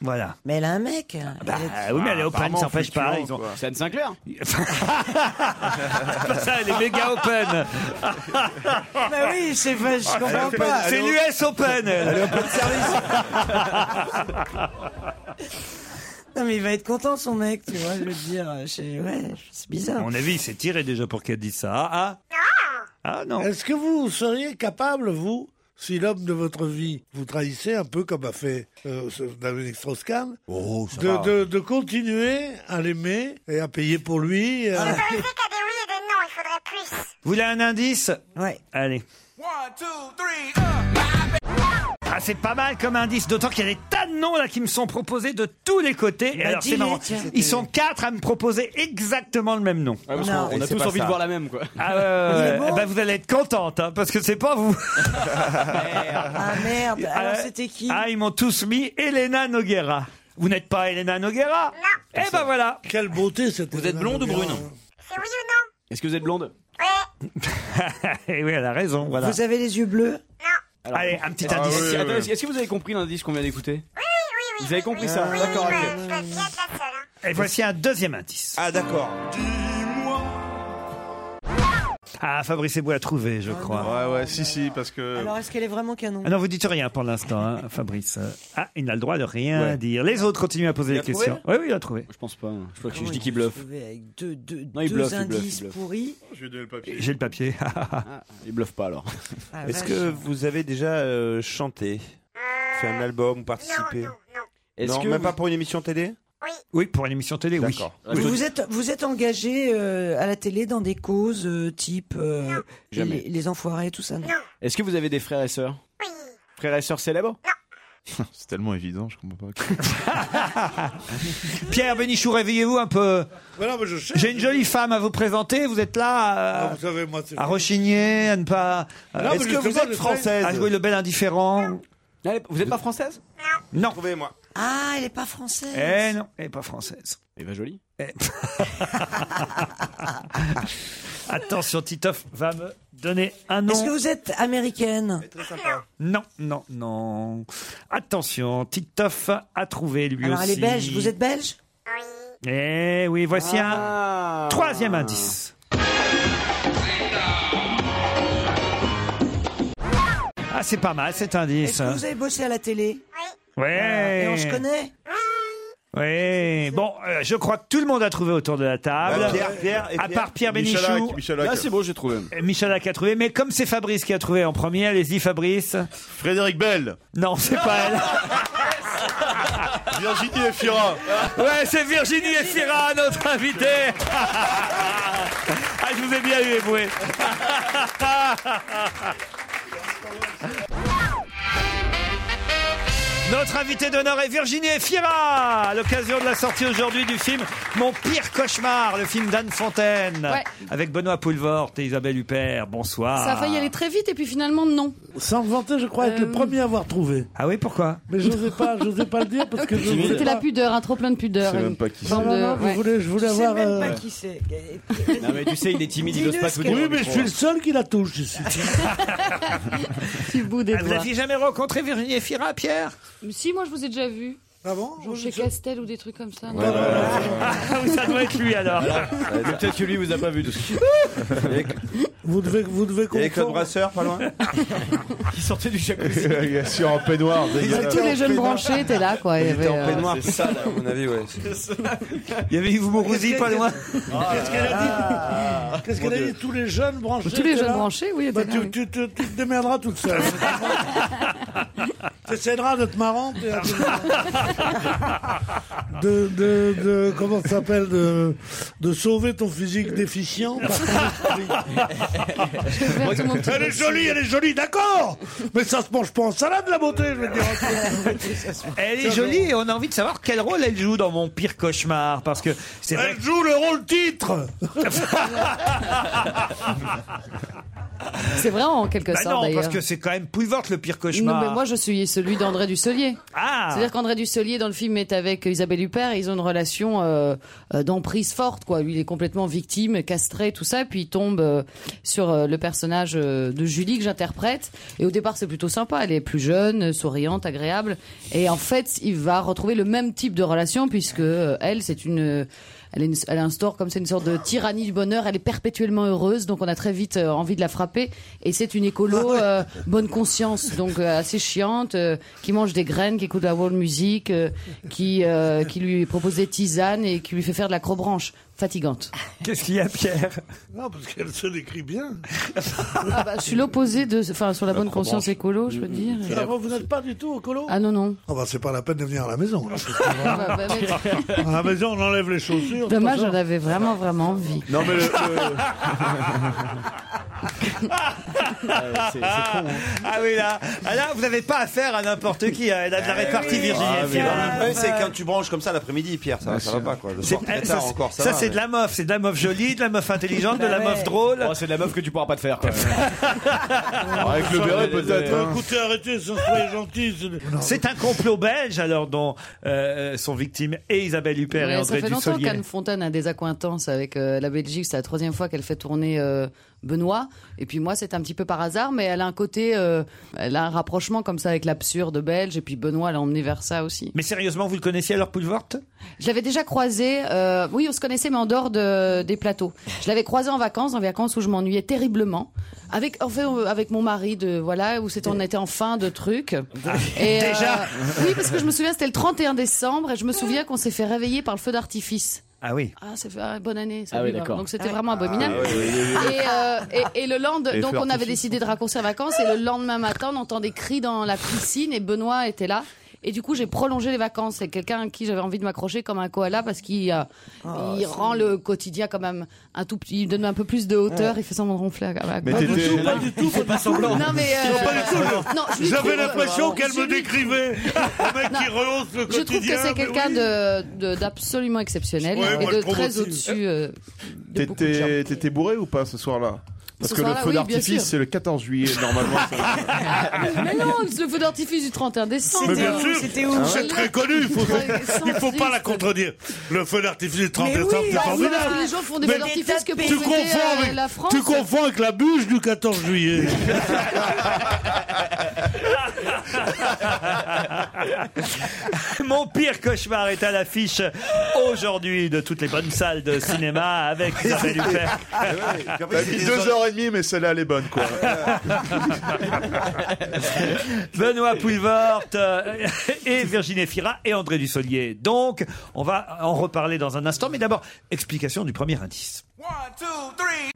Voilà.
Mais elle a un mec.
Bah, oui, mais elle est open, ça n'empêche Ah, pas. Ils ont...
C'est Anne Sinclair
C'est pas [LAUGHS] ça, elle est méga open.
[LAUGHS]
Ah,
Bah oui, c'est vrai, je comprends pas.
C'est l'US Open. elle. [LAUGHS]
[LAUGHS] Non, mais il va être content, son mec, tu vois, je veux te dire. je- Ouais, c'est
À
bizarre.
mon avis, il s'est tiré déjà pour qu'elle dise ça. Ah, ah. Ah non.
Est-ce que vous seriez capable, vous, si l'homme de votre vie vous trahissait un peu comme a fait euh, ce- Dominique Strauss-Kahn,
Oh, ça va.
de, de- de continuer à l'aimer et à payer pour lui euh,
Vous voulez un indice
Ouais.
Allez. Ah, c'est pas mal comme indice, d'autant qu'il y a des tas de noms là qui me sont proposés de tous les côtés. Et
Bah,
alors, c'est
dis-les,
marrant.
tiens.
Ils sont quatre à me proposer exactement le même nom.
parce qu'on- Non. on a tous envie de voir la même, quoi.
Ah, [LAUGHS] ouais, ouais,
Il est
ouais.
bon
Eh ben, vous allez être contente, hein, parce que c'est pas vous.
Ah merde, alors c'était qui
Ah, ils m'ont tous mis Elena Noguera. Vous n'êtes pas Elena Noguera Non. Eh ben voilà.
Quelle beauté cette
Vous êtes blonde ou brune
Est-ce que vous êtes blonde
[LAUGHS] Et Eh oui, elle a raison, voilà.
Vous avez les yeux bleus
Allez, un petit
Est-ce-
indice.
est-ce- attends, Est-ce est-ce que vous avez compris l'indice qu'on vient d'écouter Oui, oui, oui. Vous avez compris ça D'accord, ok.
Et voici un deuxième indice.
Ah, d'accord.
Ah, Fabrice Eboué a trouvé, je crois.
Ouais, ouais, si, si, parce que.
Oh Alors est-ce qu'elle est vraiment canon
Ah non, vous dites rien pour l'instant, hein, Fabrice. Euh, Ah, il n'a le droit de rien
Ouais.
dire. Les autres continuent à poser
Il
des
a trouvé,
questions. Oui, oui, il a trouvé.
Je pense pas. hein. Je, crois que je
Comment
dis
Ah il
qu'il
peut se
bluffe.
trouver Avec deux, deux,
Non, il
deux
bluffe, il bluffe,
indices
il bluffe.
pourris.
Je vais donner Oh, le papier.
J'ai
[LAUGHS]
le
[LAUGHS]
papier.
Il bluffe pas alors.
Ah,
Est-ce
vache.
que vous avez déjà euh, chanté, fait un album ou participé Non,
Est-ce que
même
vous-
pas pour une émission télé
Oui, pour une émission télé, oui.
D'accord.
Vous Ah, vous êtes, vous êtes engagé euh, à la télé dans des causes euh, type euh,
Jamais.
Les, les enfoirés, tout ça non
[LAUGHS] Est-ce que vous avez des frères et sœurs Oui. Frères et sœurs célèbres
C'est tellement évident, je comprends pas.
[LAUGHS] Pierre Bénichou, réveillez-vous un peu.
Voilà, mais je cherche.
J'ai une jolie femme à vous présenter. Vous êtes là
Ah,
à,
vous savez, moi, c'est.
à rechigner, à ne pas. euh,
Non, mais
Est-ce que
justement,
vous
je
êtes
sais.
française À jouer Ah, le bel indifférent
Allez, Vous êtes pas française
Non.
Trouvez-moi.
Ah, elle est pas française.
Eh non, elle n'est pas française.
Eva Jolie
Eh. [LAUGHS] Attention, Titoff va me donner un nom.
Est-ce que vous êtes américaine
Non, non, non. Attention, Titoff a trouvé lui
Alors
aussi.
elle est belge. Vous êtes belge
Eh oui, voici
Ah.
un troisième indice. Ah, c'est pas mal cet indice.
Est-ce que vous avez bossé à la télé
Ouais.
Et on se connaît
Ouais. Bon, euh, je crois que tout le monde a trouvé autour de la table.
Ouais, Euh, Pierre, Pierre et
à part Pierre Bénichou.
Michalak, Michalak.
Là, Ah, c'est bon, j'ai trouvé.
Et Michalak a trouvé, mais comme c'est Fabrice qui a trouvé en premier, allez-y Fabrice.
Frédéric Bell,
Non, c'est pas
[LAUGHS]
elle.
Virginie et Fira.
Ouais, c'est Virginie Efira, notre invitée. [LAUGHS] ah, je vous ai bien eu, Eboué. [LAUGHS] Notre invité d'honneur est Virginie Efira, à l'occasion de la sortie aujourd'hui du film Mon pire cauchemar, le film d'Anne Fontaine,
Ouais.
avec Benoît Poulvort et Isabelle Huppert. Bonsoir.
Ça a
[LAUGHS]
Ah.
failli aller très vite et puis finalement non.
Sans me vanter, je crois être le
Euh.
premier à avoir trouvé.
Ah oui, pourquoi
Mais je n'osais pas, j'osais pas le dire parce que
[LAUGHS]
je voulais
C'était la
pas-
pudeur, un trop plein de pudeur.
sais même
Une
pas qui
forme
c'est. Non,
de-
non, vous voulez- je voulais
Tu sais
avoir,
même
euh,
pas
qui c'est.
Non, mais tu sais, il est timide, il n'ose pas tout dire.
Oui,
au
mais je
micro.
suis le seul qui la touche ici.
Tu bout des
Ah, vous
doigts.
n'aviez jamais rencontré Virginie Efira, Pierre
Si, moi je vous ai déjà vu.
Ah bon
Genre chez Castel ou des trucs comme ça. non
Ah oui, ça doit être lui alors.
Mais Peut-être que lui vous a pas vu tout
[LAUGHS]
Vous devez, vous devez Ah,
Il y avait Claude Brasseur, pas loin
[LAUGHS] Il sortait
[LAUGHS]
du jacuzzi.
Il est sur en peignoir.
Avec tous les jeunes branchés étaient là, quoi. Il y avait, euh,
C'est ça, là, à mon avis, ouais.
Il y avait Yves Mourouzi, pas loin.
Qu'est-ce qu'elle a dit
Ah.
Qu'est-ce qu'elle a dit Tous les jeunes branchés.
Tous les
étaient
jeunes
là
branchés, oui,
Bah,
étaient là,
tu,
oui.
tu, tu- tu te démerderas toute [LAUGHS] seule. tu essaieras d'être marrante. et à- [LAUGHS] De, de, de, comment ça s'appelle de, de sauver ton physique déficient. par ton esprit. elle est jolie, elle est jolie, d'accord Mais ça se mange pas en salade, la beauté, je [LAUGHS] veux dire.
Elle est jolie et on a envie de savoir quel rôle elle joue dans Mon pire cauchemar. Parce que c'est vrai.
Elle joue le rôle titre
C'est vrai en quelque
Bah
sorte
non,
d'ailleurs.
parce que c'est quand même Poulvort le pire
Non,
cauchemar.
mais moi
[LAUGHS]
je suis celui d'André Dusselier.
Ah
C'est-à-dire qu'André Dusselier dans le film est avec Isabelle Huppert et ils ont une relation euh, euh, d'emprise forte quoi. Lui il est complètement victime, castré, tout ça, puis il tombe euh, sur euh, le personnage euh, de Julie que j'interprète et au départ c'est plutôt sympa, elle est plus jeune, euh, souriante, agréable et en fait, il va retrouver le même type de relation puisque euh, elle c'est une euh, elle, est une- elle instaure comme c'est une sorte de tyrannie du bonheur. Elle est perpétuellement heureuse, donc on a très vite euh, envie de la frapper. Et c'est une écolo euh, bonne conscience, donc euh, assez chiante, euh, qui mange des graines, qui écoute la world music, euh, qui euh, qui lui propose des tisanes et qui lui fait faire de l'acrobranche. Fatigante.
Qu'est-ce qu'il y a, Pierre
Non, parce qu'elle se décrit bien.
Ah bah, je suis l'opposé de, enfin sur la bonne conscience écolo, je peux dire.
Ah, bon, vous n'êtes pas du tout au colo
Ah non non.
Ah bah, c'est pas la peine de venir à la maison. là.
[LAUGHS] Bah, bah, mais-
à la maison, on enlève les chaussures.
Dommage,
c'est pas
j'en
ça.
avais vraiment vraiment envie.
Non, mais le-
Ah,
hein.
oui, là, Ah, là, vous n'avez pas affaire à n'importe qui. hein. Elle a de la répartie, Virginie.
Ah, mais
Efira.
dans le- Ouais, c'est quand tu branches comme ça l'après-midi, Pierre, ça, va- ça va pas quoi. Le
C'est-
soir, très
eh,
tard
c'est-
encore, ça,
ça,
va,
c'est
mais-
de la meuf, c'est de la meuf jolie, de la meuf intelligente, de la
Bah
Ah
Ouais.
meuf drôle. Oh, c'est de la meuf que tu pourras pas te faire.
Ça,
avec
mais- Euh, Écoutez, arrêtez, ça
[LAUGHS]
soyez gentils. c'est-
hein. C'est un complot belge alors dont euh, sont victimes et Isabelle Huppert
Ouais,
et
ça
André
fait longtemps
Dussolier.
qu'Anne Fontaine a des accointances avec euh, la Belgique. C'est la troisième fois qu'elle fait tourner euh, Benoît. Et puis moi, c'est un petit peu par hasard, mais elle a un côté, euh, elle a un rapprochement comme ça avec l'absurde belge. Et puis Benoît l'a emmené vers ça aussi.
Mais sérieusement, vous le connaissiez alors Poulvort
Je l'avais déjà croisé, euh, oui, on se connaissait, mais en dehors de, des plateaux. Je l'avais croisé en vacances, en vacances où je m'ennuyais terriblement. Avec, en fait, euh, avec mon mari, de, voilà, où c'était, on était en fin de truc. Et, euh,
Ah. Déjà
Oui, parce que je me souviens, c'était le 31 décembre, et je me souviens qu'on s'est fait réveiller par le feu d'artifice. [LAUGHS]
Ah oui.
Ah, c'est ah, bonne année. ça
Ah oui,
dit, voilà.
d'accord.
Donc c'était vraiment abominable.
Ah oui, oui, oui, oui.
Et, euh, et- et le lendemain,
Et
donc
feu
on avait
artificiel.
décidé de raccourcir les vacances. Et le lendemain matin, on entend des cris dans la piscine et Benoît était là. Et du coup, j'ai prolongé les vacances. C'est quelqu'un à qui j'avais envie de m'accrocher comme un koala parce qu'il euh, il rend le quotidien quand même un tout petit. Il donne un peu plus de hauteur. Il fait semblant de ronfler. à- à-
Pas du tout, pas du tout, pas du tout.
Non, mais, euh,
Non, pas du tout, je-
non, je lui
J'avais
trouve-
l'impression
euh,
qu'elle
je
me
lui
décrivait. Le mec qui rehausse le
Je trouve
quotidien.
que c'est
mais
quelqu'un
oui.
de- de- d'absolument exceptionnel
Ouais,
et
moi,
de
je trouve
très
aussi.
au-dessus. euh, de beaucoup de gens.
T'étais t'étais bourré ou pas ce soir-là Parce
Ce
que le
soir-là,
feu
oui, bien
d'artifice,
sûr.
c'est le 14 juillet,
[LAUGHS]
normalement.
Mais non, le feu d'artifice du 31 décembre.
Mais bien sûr, c'est très connu. Il faut, il faut pas la contredire. Le feu d'artifice du 30
Mais oui, bah,
décembre, c'est
parce que
formidable.
les gens font des
Mais
feux d'artifice que pour
tu
fêter,
confonds
euh,
avec,
la France.
Tu confonds avec la bûche du 14 juillet.
Mon pire cauchemar est à l'affiche aujourd'hui de toutes les bonnes salles de cinéma
[LAUGHS]
avec Isabelle Huppert.
T'as mis deux heures et demie, mais celle-là, elle est bonne, quoi.
[LAUGHS] Benoît Poulvort euh, et Virginie Fira et André Dussolier. Donc, on va en reparler dans un instant, mais d'abord, explication du premier indice.
One, two, three.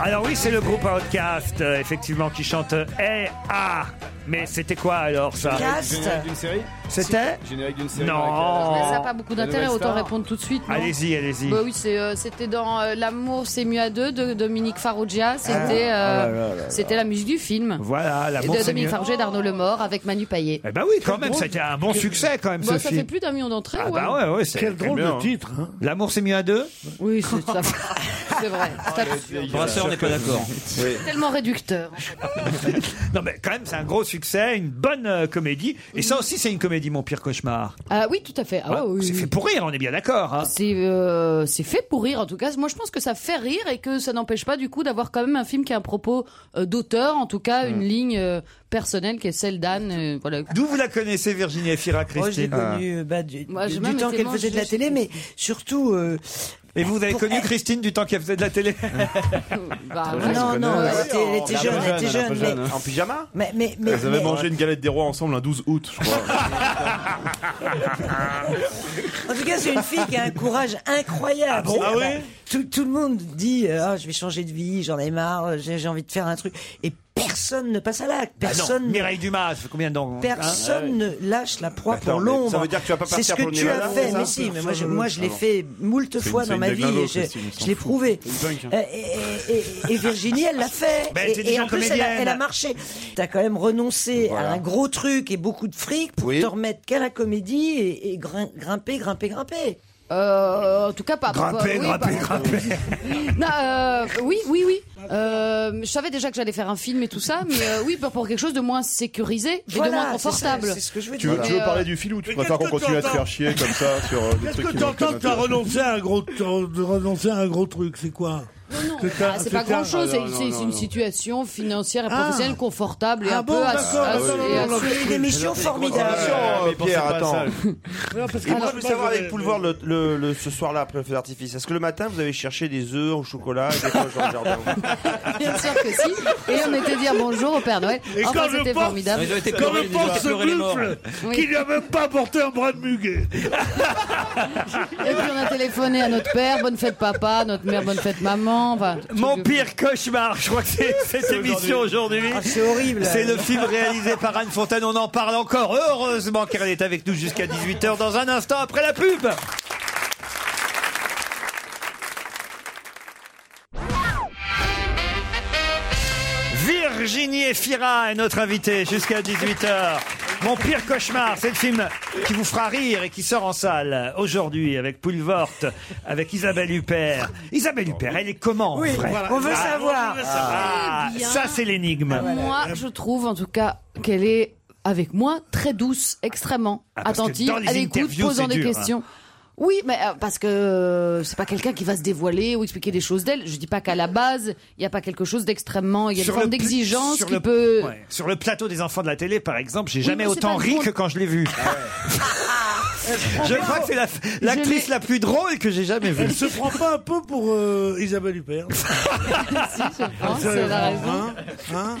Alors oui, c'est le groupe Outcast, euh, effectivement, qui chante euh, Eh Ah Mais c'était quoi alors ça
Outcast Générique d'une série
C'était
Générique d'une série.
Non.
Mais ça n'a pas beaucoup d'intérêt, autant répondre tout de suite. non
Euh, Allez-y, allez-y.
Bah oui, c'est, euh, c'était dans euh, L'amour c'est mieux à deux de Dominique Farrugia. C'était euh,
Ah. Oh là Ah, là là là.
c'était la musique du film.
Voilà, la
de Dominique Farrugia et d'Arnaud Lemort avec Manu Payet.
Eh ben oui, quand même, c'était un bon succès quand même
Bah,
ce
ça
film.
fait plus d'un million d'entrées.
Ah
ouais.
bah ouais, ouais, c'est
Quel
très
drôle
bien,
de
hein.
titre,
L'amour c'est mieux à deux
Oui, c'est ça. [LAUGHS] C'est vrai. C'est absurde.
Brasseur n'est pas d'accord.
Oui.
C'est tellement réducteur.
Non mais quand même c'est un gros succès, une bonne euh, comédie. Et ça aussi c'est une comédie, mon pire cauchemar.
Ah oui, tout à fait. Ah,
Voilà.
ouais, oui,
Bah, c'est
oui.
fait pour rire, on est bien d'accord. hein.
C'est euh, c'est fait pour rire en tout cas. Moi je pense que ça fait rire et que ça n'empêche pas du coup d'avoir quand même un film qui a un propos euh, d'auteur, en tout cas
Mm.
une ligne euh, personnelle qui est celle d'Anne. euh, voilà.
D'où vous la connaissez Virginie Fira
Moi, Oh, je l'ai
Christine
connue euh, bah, du,
Moi, j'ai
du
même
temps
été
qu'elle faisait de la
mangée,
télé, mais surtout. euh,
Ah. Et vous, vous avez
pour-
connu Christine du temps qu'elle faisait de
[LAUGHS]
la télé Ah
Bah,
Ah,
ouais. Non, non,
Ouais,
elle était- elle était
un peu
jeune, elle était
un peu
jeune, mais-
hein.
En pyjama Mais, mais, mais.
Elles avaient
mais-
mangé une galette des rois ensemble un 12 août, je
En tout cas, c'est une fille qui a un courage incroyable.
Ah bon Ah oui
tout, tout le monde dit euh, Ah, je vais changer de vie, j'en ai marre, euh, j'ai j'ai envie de faire un truc. Et personne ne passe à l'acte.
Bah non,
Personne,
Mireille Dumas, ça fait combien de temps
personne
Hein
ne lâche la proie
Attends,
pour
mais
l'ombre.
ça veut dire que tu vas pas
C'est ce
partir
que
pour le
tu as
Nevada
fait.
C'est
Mais
ça
si, mais moi, je,
Personne ne
moi,
le
je l'ai
fait.
fait moult
C'est une-
fois
c'est
dans
une
ma vie.
déglingo,
et je
Christine, on s'en
je l'ai
fout.
prouvé.
C'est une dingue.
Euh, et, et- et- et Virginie, elle l'a fait.
Bah, elle était
et, et
déjà
en plus, elle a,
comédienne.
elle a marché. T'as quand même renoncé à un gros truc et beaucoup de fric pour te remettre qu'à la comédie et, et grin- grimper, grimper, grimper.
Euh, en tout cas, pas.
Grimper,
oui,
grimper,
pas-
grimper.
[LAUGHS] Non, euh, oui, oui, oui. Euh, je savais déjà que j'allais faire un film et tout ça, mais euh, oui, bah, pour quelque chose de moins sécurisé et
Voilà,
de moins
c'est ça,
confortable.
c'est ce que je
Tu veux, tu veux
Mais, euh,
parler du fil ou tu
Mais
préfères qu'on
qu'est-ce que
continue à te
t'entends
faire chier comme ça sur euh, des
Qu'est-ce
trucs
que
qui vont-
t'entends que
[LAUGHS]
t'as renoncé à un gros, de renoncer à un gros truc C'est quoi C'est un-
Ah, c'est pas
un-
grand chose, c'est c'est- c'est une situation financière et
Ah.
professionnelle confortable et
Ah
un
bon,
peu à-
d'accord,
à-
d'accord,
et à-
d'accord,
et à-
d'accord.
Émission formidable.
Ah,
Attention, Pierre, attends.
Non, parce que
Et moi,
moi,
je veux
moi,
savoir
j'aurais-
avec Poulevard le, le- le- ce soir-là après le feu d'artifice. Est-ce que le matin vous avez cherché des œufs au chocolat et des coches dans le jardin
Bien sûr que si. Et on était dire bonjour au Père Noël.
Et
Enfin,
quand je
c'était
pense,
formidable.
quand je pense ce buffle
Oui.
qui lui a même pas apporté un bras de muguet.
Et puis on a téléphoné à notre père, bonne fête papa, notre mère, bonne fête maman. Enfin,
Mon pire cauchemar, je crois que [LAUGHS] c'est cette émission aujourd'hui. Ah,
c'est horrible.
C'est le film réalisé par Anne Fontaine. On en parle encore. Heureusement qu'elle est avec nous jusqu'à 18h dans un instant après la pub. Virginie Efira est notre invitée jusqu'à 18h. Mon pire cauchemar, c'est le film qui vous fera rire et qui sort en salle aujourd'hui avec Poulvort, avec Isabelle Huppert. Isabelle Huppert, elle est comment en
Oui,
vrai
voilà. on veut
Ah,
savoir.
on veut savoir.
Eh bien.
ça c'est l'énigme.
Moi, je trouve en tout cas qu'elle est avec moi très douce, extrêmement
Ah, parce que
attentive,
dans les
à l'écoute,
interviews,
posant
c'est
des
dur, hein.
questions. Oui, mais euh, parce que euh, c'est pas quelqu'un qui va se dévoiler ou expliquer des choses d'elle. Je dis pas qu'à la base, il n'y a pas quelque chose d'extrêmement, il y a une
Sur
forme
le pla-
d'exigence
sur
qui
le-
peut.
ouais. Sur le plateau des enfants de la télé, par exemple, j'ai
Oui,
jamais
mais c'est
autant
pas Ah
ri
drôle.
que quand je l'ai vue. je crois que c'est la- l'actrice la, plus drôle que j'ai jamais vue.
[LAUGHS]
Elle se prend pas un peu pour euh, Isabelle Huppert Ah,
pense, elle a raison.
Hein
[LAUGHS]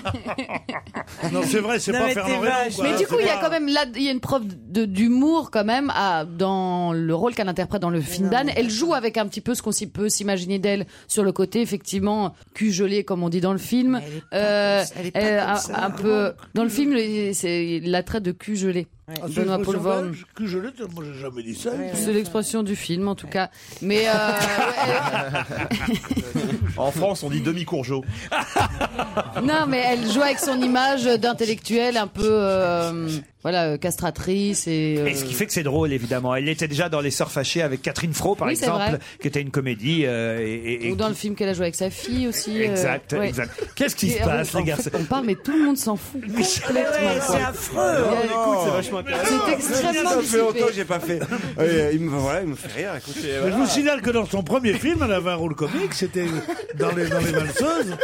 Hein Non, c'est vrai, c'est
Non,
pas
mais
[LAUGHS]
t'es
Fernand hein,
vache. Mais du coup, il y a quand même là, il y a une preuve de d'humour quand même à, dans le rôle qu'elle interprète dans le film d'Anne. Elle joue avec un petit peu ce qu'on s'y peut s'imaginer d'elle sur le côté effectivement cul gelé comme on dit dans le film. Euh,
elle est pas
elle,
comme
un,
ça.
un peu dans le film, le- c'est la traite de cul gelé.
Ah,
Benoît Paul Vorne.
Que je l'ai, moi j'ai jamais dit ça.
C'est l'expression du film en tout cas. Mais euh,
En France, on dit demi-courgeot.
non, mais elle joue avec son image d'intellectuelle un peu euh, voilà euh, castratrice et. euh,
Et ce qui fait que c'est drôle, évidemment. Elle était déjà dans Les Sœurs Fâchées avec Catherine Fro, par
Oui, c'est
exemple,
vrai.
qui était une comédie. euh, et- et-
Ou
et
dans
qui-
le film qu'elle a joué avec sa fille aussi. euh,
Exact,
ouais.
exact. Qu'est-ce qui se
Et,
passe,
en
les garçons
fait, On parle, mais tout le monde s'en fout complètement. quoi.
oh
C'est extrêmement
Ça fait longtemps que
dissipé.
j'ai pas fait. Euh, il me voilà, il me fait rire. Écoutez,
Je vous signale que dans son premier film, elle avait un rôle comique, c'était dans les, dans les valseuses.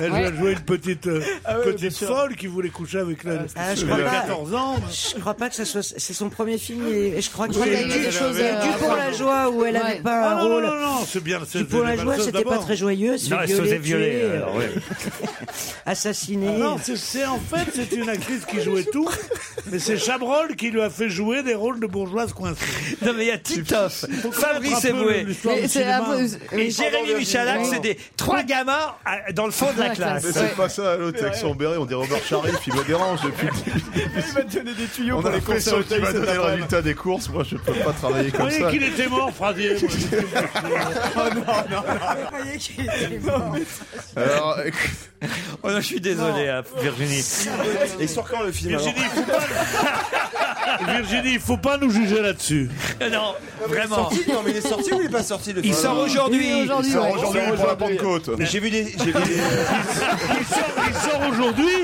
Elle
Ouais.
a joué une petite, euh,
Ah ouais, bien
petite
sûr.
folle qui voulait coucher avec la.
Ah, je
elle a
crois pas.
14 Euh, ans.
Je crois pas que ça soit. C'est son premier film et et je crois que
Oui,
c'est
elle avait-
du, chose,
elle avait-
euh, du pour la joie où elle
Ah, Ouais.
avait pas un
Ah non,
rôle.
Non, non, non, c'est bien. c'est-
Du pour la
c'est
joie,
Malsace
c'était pas
d'abord.
très joyeux. c'est
Non, elle se faisait
violé,
violer,
tué,
alors, ouais.
euh, [LAUGHS] assassiné.
Ah non, c'est- c'est en fait, c'est une actrice qui jouait tout, mais c'est Chabrol qui lui a fait jouer des rôles de bourgeoise coincée.
Non, mais il y a Titoff, Fabrice Eboué
Mais c'est la
et Jérémy Michalak, c'est des trois gamins à- dans le fond de la classe.
Mais c'est pas ça, l'autre, avec son béret, on dit Robert Sharif, il me dérange depuis.
Il va te donner des tuyaux
On
pour
a
les
les
courses
pression
au
qui m'a donné le résultat des courses, moi je peux pas travailler
Vous
comme
croyez
ça.
qu'il était mort, Frasier moi.
[LAUGHS]
Oh,
Alors,
Oh non, je suis désolé, hein, Virginie.
Et sur quand le film
Virginie, il faut pas... Virginie, il faut pas nous juger là-dessus.
Non,
vraiment.
Il est sorti Non, mais il est sorti ou il est pas sorti le
Il
film
sort aujourd'hui. Il
Il sort aujourd'hui pour la Pentecôte.
Mais j'ai vu des. J'ai vu des...
Il sort, il sort aujourd'hui,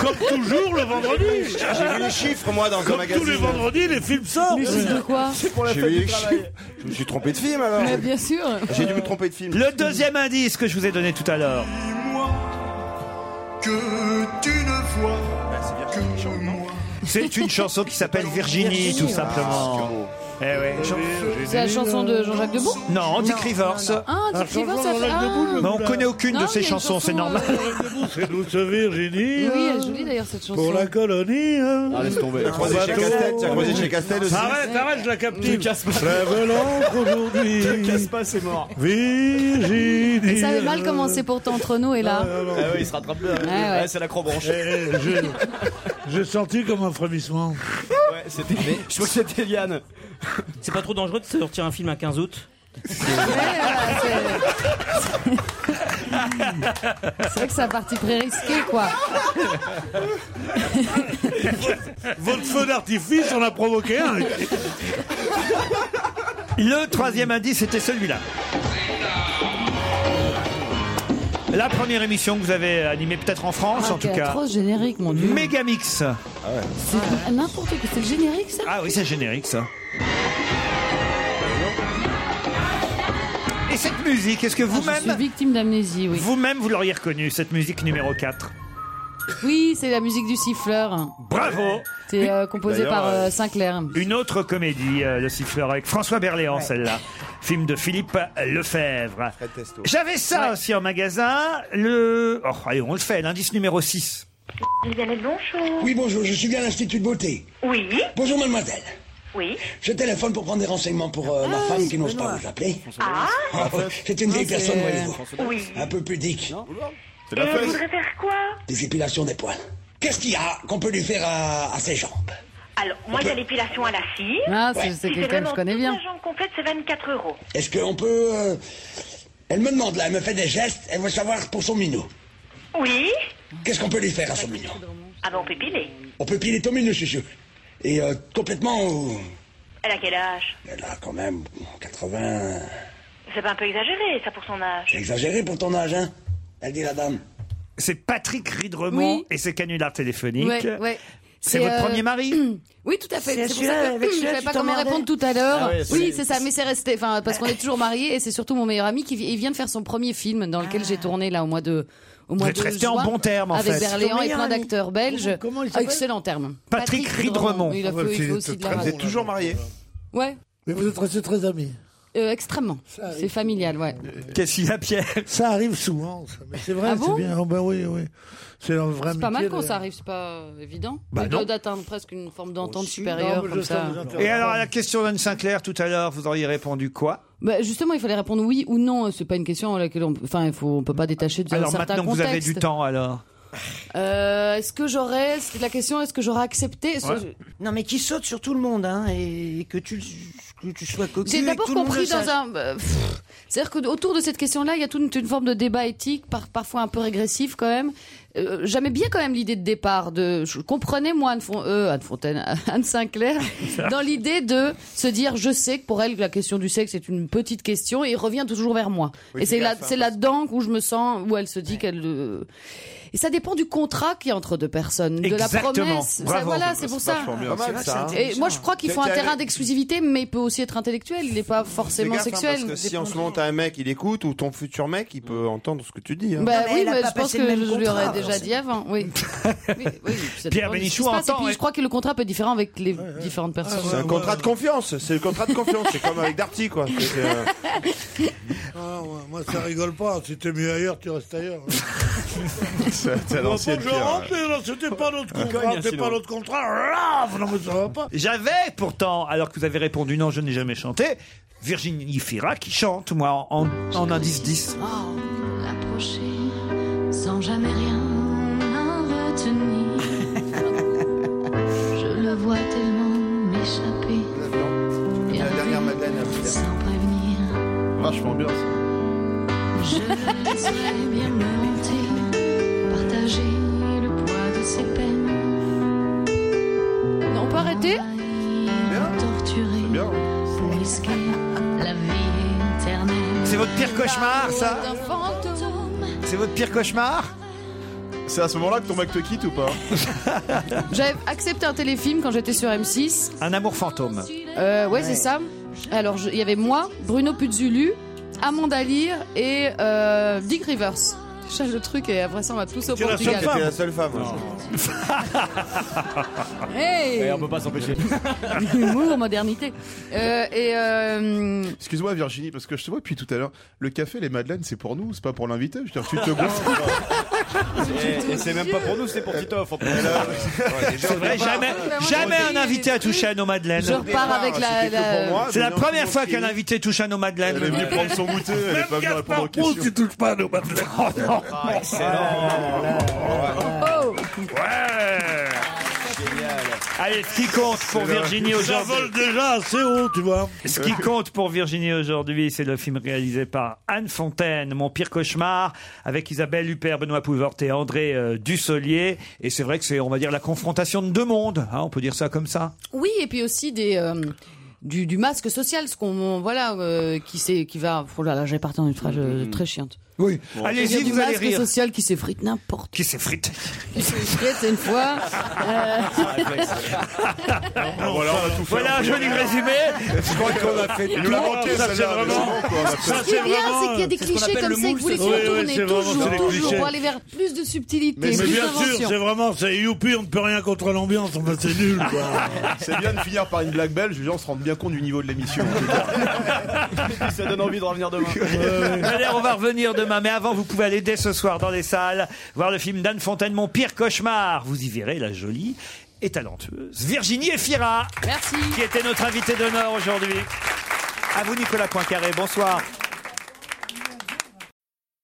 comme toujours le vendredi.
J'ai vu les chiffres, moi, dans un
Comme
magazine.
tous les vendredis, les films sortent.
Mais c'est de quoi
J'ai vu les chiffres. Je me suis trompé de film alors.
Mais bien sûr.
J'ai dû me tromper de film.
Le deuxième indice que je vous ai donné tout à l'heure.
Que tu ne vois
Ah,
C'est une chanson qui s'appelle Virginie, tout simplement. Eh ouais.
C'est la chanson de Jean-Jacques Debout
euh, Non, Dick Rivers.
Ah, Dick Rivers, ça fait. Ah.
Mais on connaît aucune
Non,
de
mais il
ces
y a une
chansons,
chanson,
c'est
euh,
normal.
[LAUGHS] C'est douce Virginie.
Oui, elle est jolie d'ailleurs cette chanson.
Pour la colonie. hein.
Ah, laisse tomber.
T'as
croisé chez Castel, t'as croisé chez Castel aussi.
Arrête, arrête, je la captive.
casse pas.
La volante
[LAUGHS]
aujourd'hui.
casse pas, c'est mort.
Virginie.
Ça avait mal commencé pourtant entre nous et là.
Ah oui, il se rattrape bien.
ouais.
Ouais, c'est la crobranche.
Eh, j'ai- J'ai senti comme un frémissement.
Ouais, c'était. Je crois que c'était Liane.
C'est pas trop dangereux de sortir un film à 15
[LAUGHS]
août
C'est vrai que c'est un parti très risqué, quoi.
Votre feu d'artifice, on a provoqué un.
Le troisième indice était celui-là. La première émission que vous avez animée, peut-être en France
Ah,
en tout
quel
cas.
atroce générique, Ah mon dieu.
Megamix.
C'est n'importe quoi. C'est le générique, ça
Ah oui, c'est générique ça. Et cette musique, est-ce que
Ah, Je suis
vous-même,
victime d'amnésie, oui.
vous-même, vous l'auriez reconnue, cette musique numéro 4
Oui, c'est la musique du siffleur.
Bravo
C'est euh, composé
D'ailleurs,
par euh,
euh,
Sinclair.
Une autre comédie, euh, Le Siffleur, avec François Berléand, celle-là. Film de Philippe Lefebvre. J'avais ça aussi en magasin. Le. Oh, allez, on le fait, l'indice numéro 6.
bonjour. Oui, bonjour, je suis bien à l'Institut de beauté. Oui. Bonjour, mademoiselle. Oui. Je téléphone pour prendre des renseignements pour euh, ma femme qui n'ose pas vous appeler. Ah, C'est une vieille
Non,
personne,
c'est-
voyez-vous.
Oui.
Un peu pudique.
C'est la
Euh,
Et elle fête. voudrait
faire quoi Des épilations des poils. Qu'est-ce qu'il y a qu'on peut lui faire à, à ses jambes Alors,
Moi, j'ai l'épilation à la scie.
Ah, c'est- c'est
Si
quelqu'un que je
vraiment
connais
toute
bien.
La jambe complète, c'est 24 euros.
[LAUGHS] Est-ce qu'on peut... euh, Elle me demande, là, elle me fait des gestes, elle veut savoir pour son minou.
Oui.
Qu'est-ce qu'on peut lui faire à son minou
Ah ben, on peut piler.
On peut piler ton minou, chouchou. Et euh, complètement... euh,
Elle a quel âge
Elle a quand même 80...
C'est pas un peu exagéré, ça, pour son âge.
J'ai exagéré pour ton âge, hein Elle dit la dame.
C'est Patrick Ridremont et ses canulars téléphoniques.
Ouais, ouais.
C'est
Et,
votre
euh,
premier mari
[CLEARS THROAT] Oui, tout à fait.
C'est
C'est pour
celui-là,
ça que
avec
[CLEARS THROAT] je
celui-là,
savais
tu
pas comment
t'emmerdais.
répondre tout à l'heure.
Ah ouais, c'est-
oui, c'est ça, mais c'est resté. Enfin, parce qu'on est toujours mariés et c'est surtout mon meilleur ami qui vi- il vient de faire son premier film dans lequel j'ai tourné là au mois de. Au mois
Vous êtes
de
restés en
juin,
bons termes, en
avec
fait.
Berléand
Ton
et
meilleur
plein
ami.
d'acteurs belges.
comment il
Ah,
s'appelle
Excellent terme.
Patrick Ridremont.
Ah,
Il a fait, il fait aussi de la radio.
toujours marié
Ouais,
Mais vous êtes restés très amis.
euh, extrêmement. C'est familial, ouais.
Qu'est-ce qu'il y a, Pierre
Ça arrive souvent, ça. Mais c'est vrai,
Ah
c'est
bon
bien. Oh, ben oui, oui. C'est un vrai
C'est pas mal
métier,
quand
là.
ça arrive, c'est pas euh, évident.
Bah
Mais
non.
D'atteindre presque une forme d'entente supérieure
non, mais je
comme
sais,
ça.
vous entendez.
Et alors, à la question d'Anne Sinclair tout à l'heure, vous auriez répondu quoi
Bah, justement, il fallait répondre oui ou non. C'est pas une question à laquelle on, enfin, il faut, on peut pas détacher de
Alors
un certain
maintenant que vous avez du
contexte.
temps, alors
Euh, est-ce que j'aurais, c'est la question, est-ce que j'aurais accepté ce-
Ouais.
Non, mais qui saute sur tout le monde, hein, et que tu, que tu sois cocu.
J'ai
et que
d'abord
tout le monde le
compris dans
sache.
un. euh, pff, C'est-à-dire que autour de cette question-là, il y a toute une, une forme de débat éthique, par- parfois un peu régressif quand même. Euh, J'aimais bien quand même l'idée de départ. De, je comprenais moi Anne, Fon- euh, Anne Fontaine, [LAUGHS] Anne Sinclair, dans l'idée de se dire, je sais que pour elle la question du sexe est une petite question et il revient toujours vers moi.
Oui,
et
fais
c'est là,
gaffe, hein,
c'est là-dedans où je me sens où elle se dit qu'elle. euh, Et ça dépend du contrat qu'il y a entre deux personnes,
Exactement.
de la promesse.
Bravo.
Ça, voilà, c'est pour
C'est
ça. hein.
vachement bien, Pas mal, c'est ça.
Et moi, je crois qu'il faut un
C'est-
terrain d'exclusivité, mais il peut aussi être intellectuel. Il n'est pas
Fais
forcément
gaffe, hein,
sexuel.
parce que si en ce moment t'as un mec, il écoute, ou ton futur mec, il peut entendre ce que tu dis. hein.
Bah oui,
elle a
mais
pas
je pense
passé
que
le même
je lui
contrat,
aurais
alors
déjà
c'est-
dit avant. Oui.
Ah,
Benichou
Pierre Bénichou
Et
entend,
puis
ouais.
je crois que le contrat peut être différent avec les différentes personnes.
C'est un contrat de confiance, c'est le contrat de confiance, c'est comme avec Darty quoi.
[LAUGHS]
[LAUGHS]
C'est, euh,
Ah, ouais, moi, ça rigole pas. Si t'es mieux ailleurs, tu restes ailleurs.
c'est à
Enfin,
l'ancienne
je
Pierre,
rentre, mais non, c'était pas notre
Cogne,
contrat, c'était
sinon.
pas notre contrat. Rave, Non, mais ça va pas.
J'avais pourtant, alors que vous avez répondu non, je n'ai jamais chanté, Virginie Fira qui chante, moi, en, en- en indice 10.
Oh, L'approcher sans jamais rien en
[LAUGHS]
retenir. Je le vois tellement m'échapper. Et
La dernière
arriver
Madeleine.
Sans prévenir,
Vachement bien ça.
je le laisserai bien me hanter, partager le poids de ses peines.
On peut arrêter
Torturé, risquer
[LAUGHS]
la vie éternelle.
C'est votre pire cauchemar, ça
D'un fantôme.
C'est votre pire cauchemar
C'est à ce moment-là que ton mec te quitte ou pas
J'avais accepté un téléfilm quand j'étais sur M6.
[LAUGHS] Un amour fantôme.
Euh, ouais, c'est ça. Alors, je- il y avait moi, Bruno Puzulu, Amanda Lear et euh, Dick Rivers. Je cherche le truc et après ça, on va tous au
T'es la seule
Portugal.
femme. T'es la seule femme.
[LAUGHS]
Hey
on peut pas s'empêcher.
[LAUGHS] Humour, modernité. Euh, et euh,
Excuse-moi Virginie, parce que je te vois depuis tout à l'heure. Le café, les madeleines, c'est pour nous, c'est pas pour l'invité. Je veux dire, tu
[LAUGHS]
te gonfles.
Et, et c'est même pas pour nous, c'est pour Titoff. en plus.
C'est vrai, jamais, jamais un invité a touché à nos madeleines.
Je repars
Ah,
avec la- C'était la- pour moi,
C'est la
mais non,
première
c'est
fois
pour
qu'un invité touche à nos madeleines.
Elle est venue prendre son goûter, elle est pas venue répondre aux
Proust,
questions.
il touche pas à nos matelas.
Ah,
oh
Ouais Allez, ce qui compte pour Virginie
Ça
aujourd'hui.
vole déjà assez haut, tu vois.
Ce qui compte pour Virginie aujourd'hui, c'est le film réalisé par Anne Fontaine, Mon pire cauchemar, avec Isabelle Huppert, Benoît Poulvort et André euh, Dussolier. Et c'est vrai que c'est, on va dire, la confrontation de deux mondes. hein, on peut dire ça comme ça.
oui, et puis aussi des. euh, du, du masque social, ce qu'on voilà, euh, qui sait, qui va. Oh là là, j'ai parti dans une phrase euh, très chiante.
Oui.
Bon.
Allez-y,
Il y a
vous
du
allez
masque
rire.
social qui s'effrite n'importe.
Qui s'effrite.
[LAUGHS] Qui s'effrite une fois. [LAUGHS] Euh,
voilà, on a tout fait.
Voilà un joli résumé. Je
crois qu'on a fait. Il nous l'a manqué,
Ça, c'est
celle-là, mais
vraiment.
c'est bon, quoi, on a fait.
Ça,
Ce qui est bien, c'est qu'il y a des
C'est ce qu'on
clichés
appelle
comme
le
ça et que vous les
moule,
faites
c'est-
tourner
Oui, oui, c'est vraiment-
toujours,
c'est les
toujours,
clichés.
pour aller vers plus de subtilité,
Mais
plus
bien sûr,
d'invention.
c'est vraiment, c'est youpi, on ne peut rien contre l'ambiance, enfin, c'est nul, quoi.
C'est bien de finir par une blague belge, les gens se rendent bien compte du niveau de
[LAUGHS]
l'émission. en tout cas. ça donne envie de revenir demain.
D'ailleurs, Euh, on va revenir demain, mais avant, vous pouvez aller dès ce soir dans les salles voir le film d'Anne Fontaine, Mon pire cauchemar. Vous y verrez la jolie et talentueuse Virginie Efira,
Merci.
qui était notre invitée d'honneur aujourd'hui. À vous, Nicolas Poincaré. Bonsoir.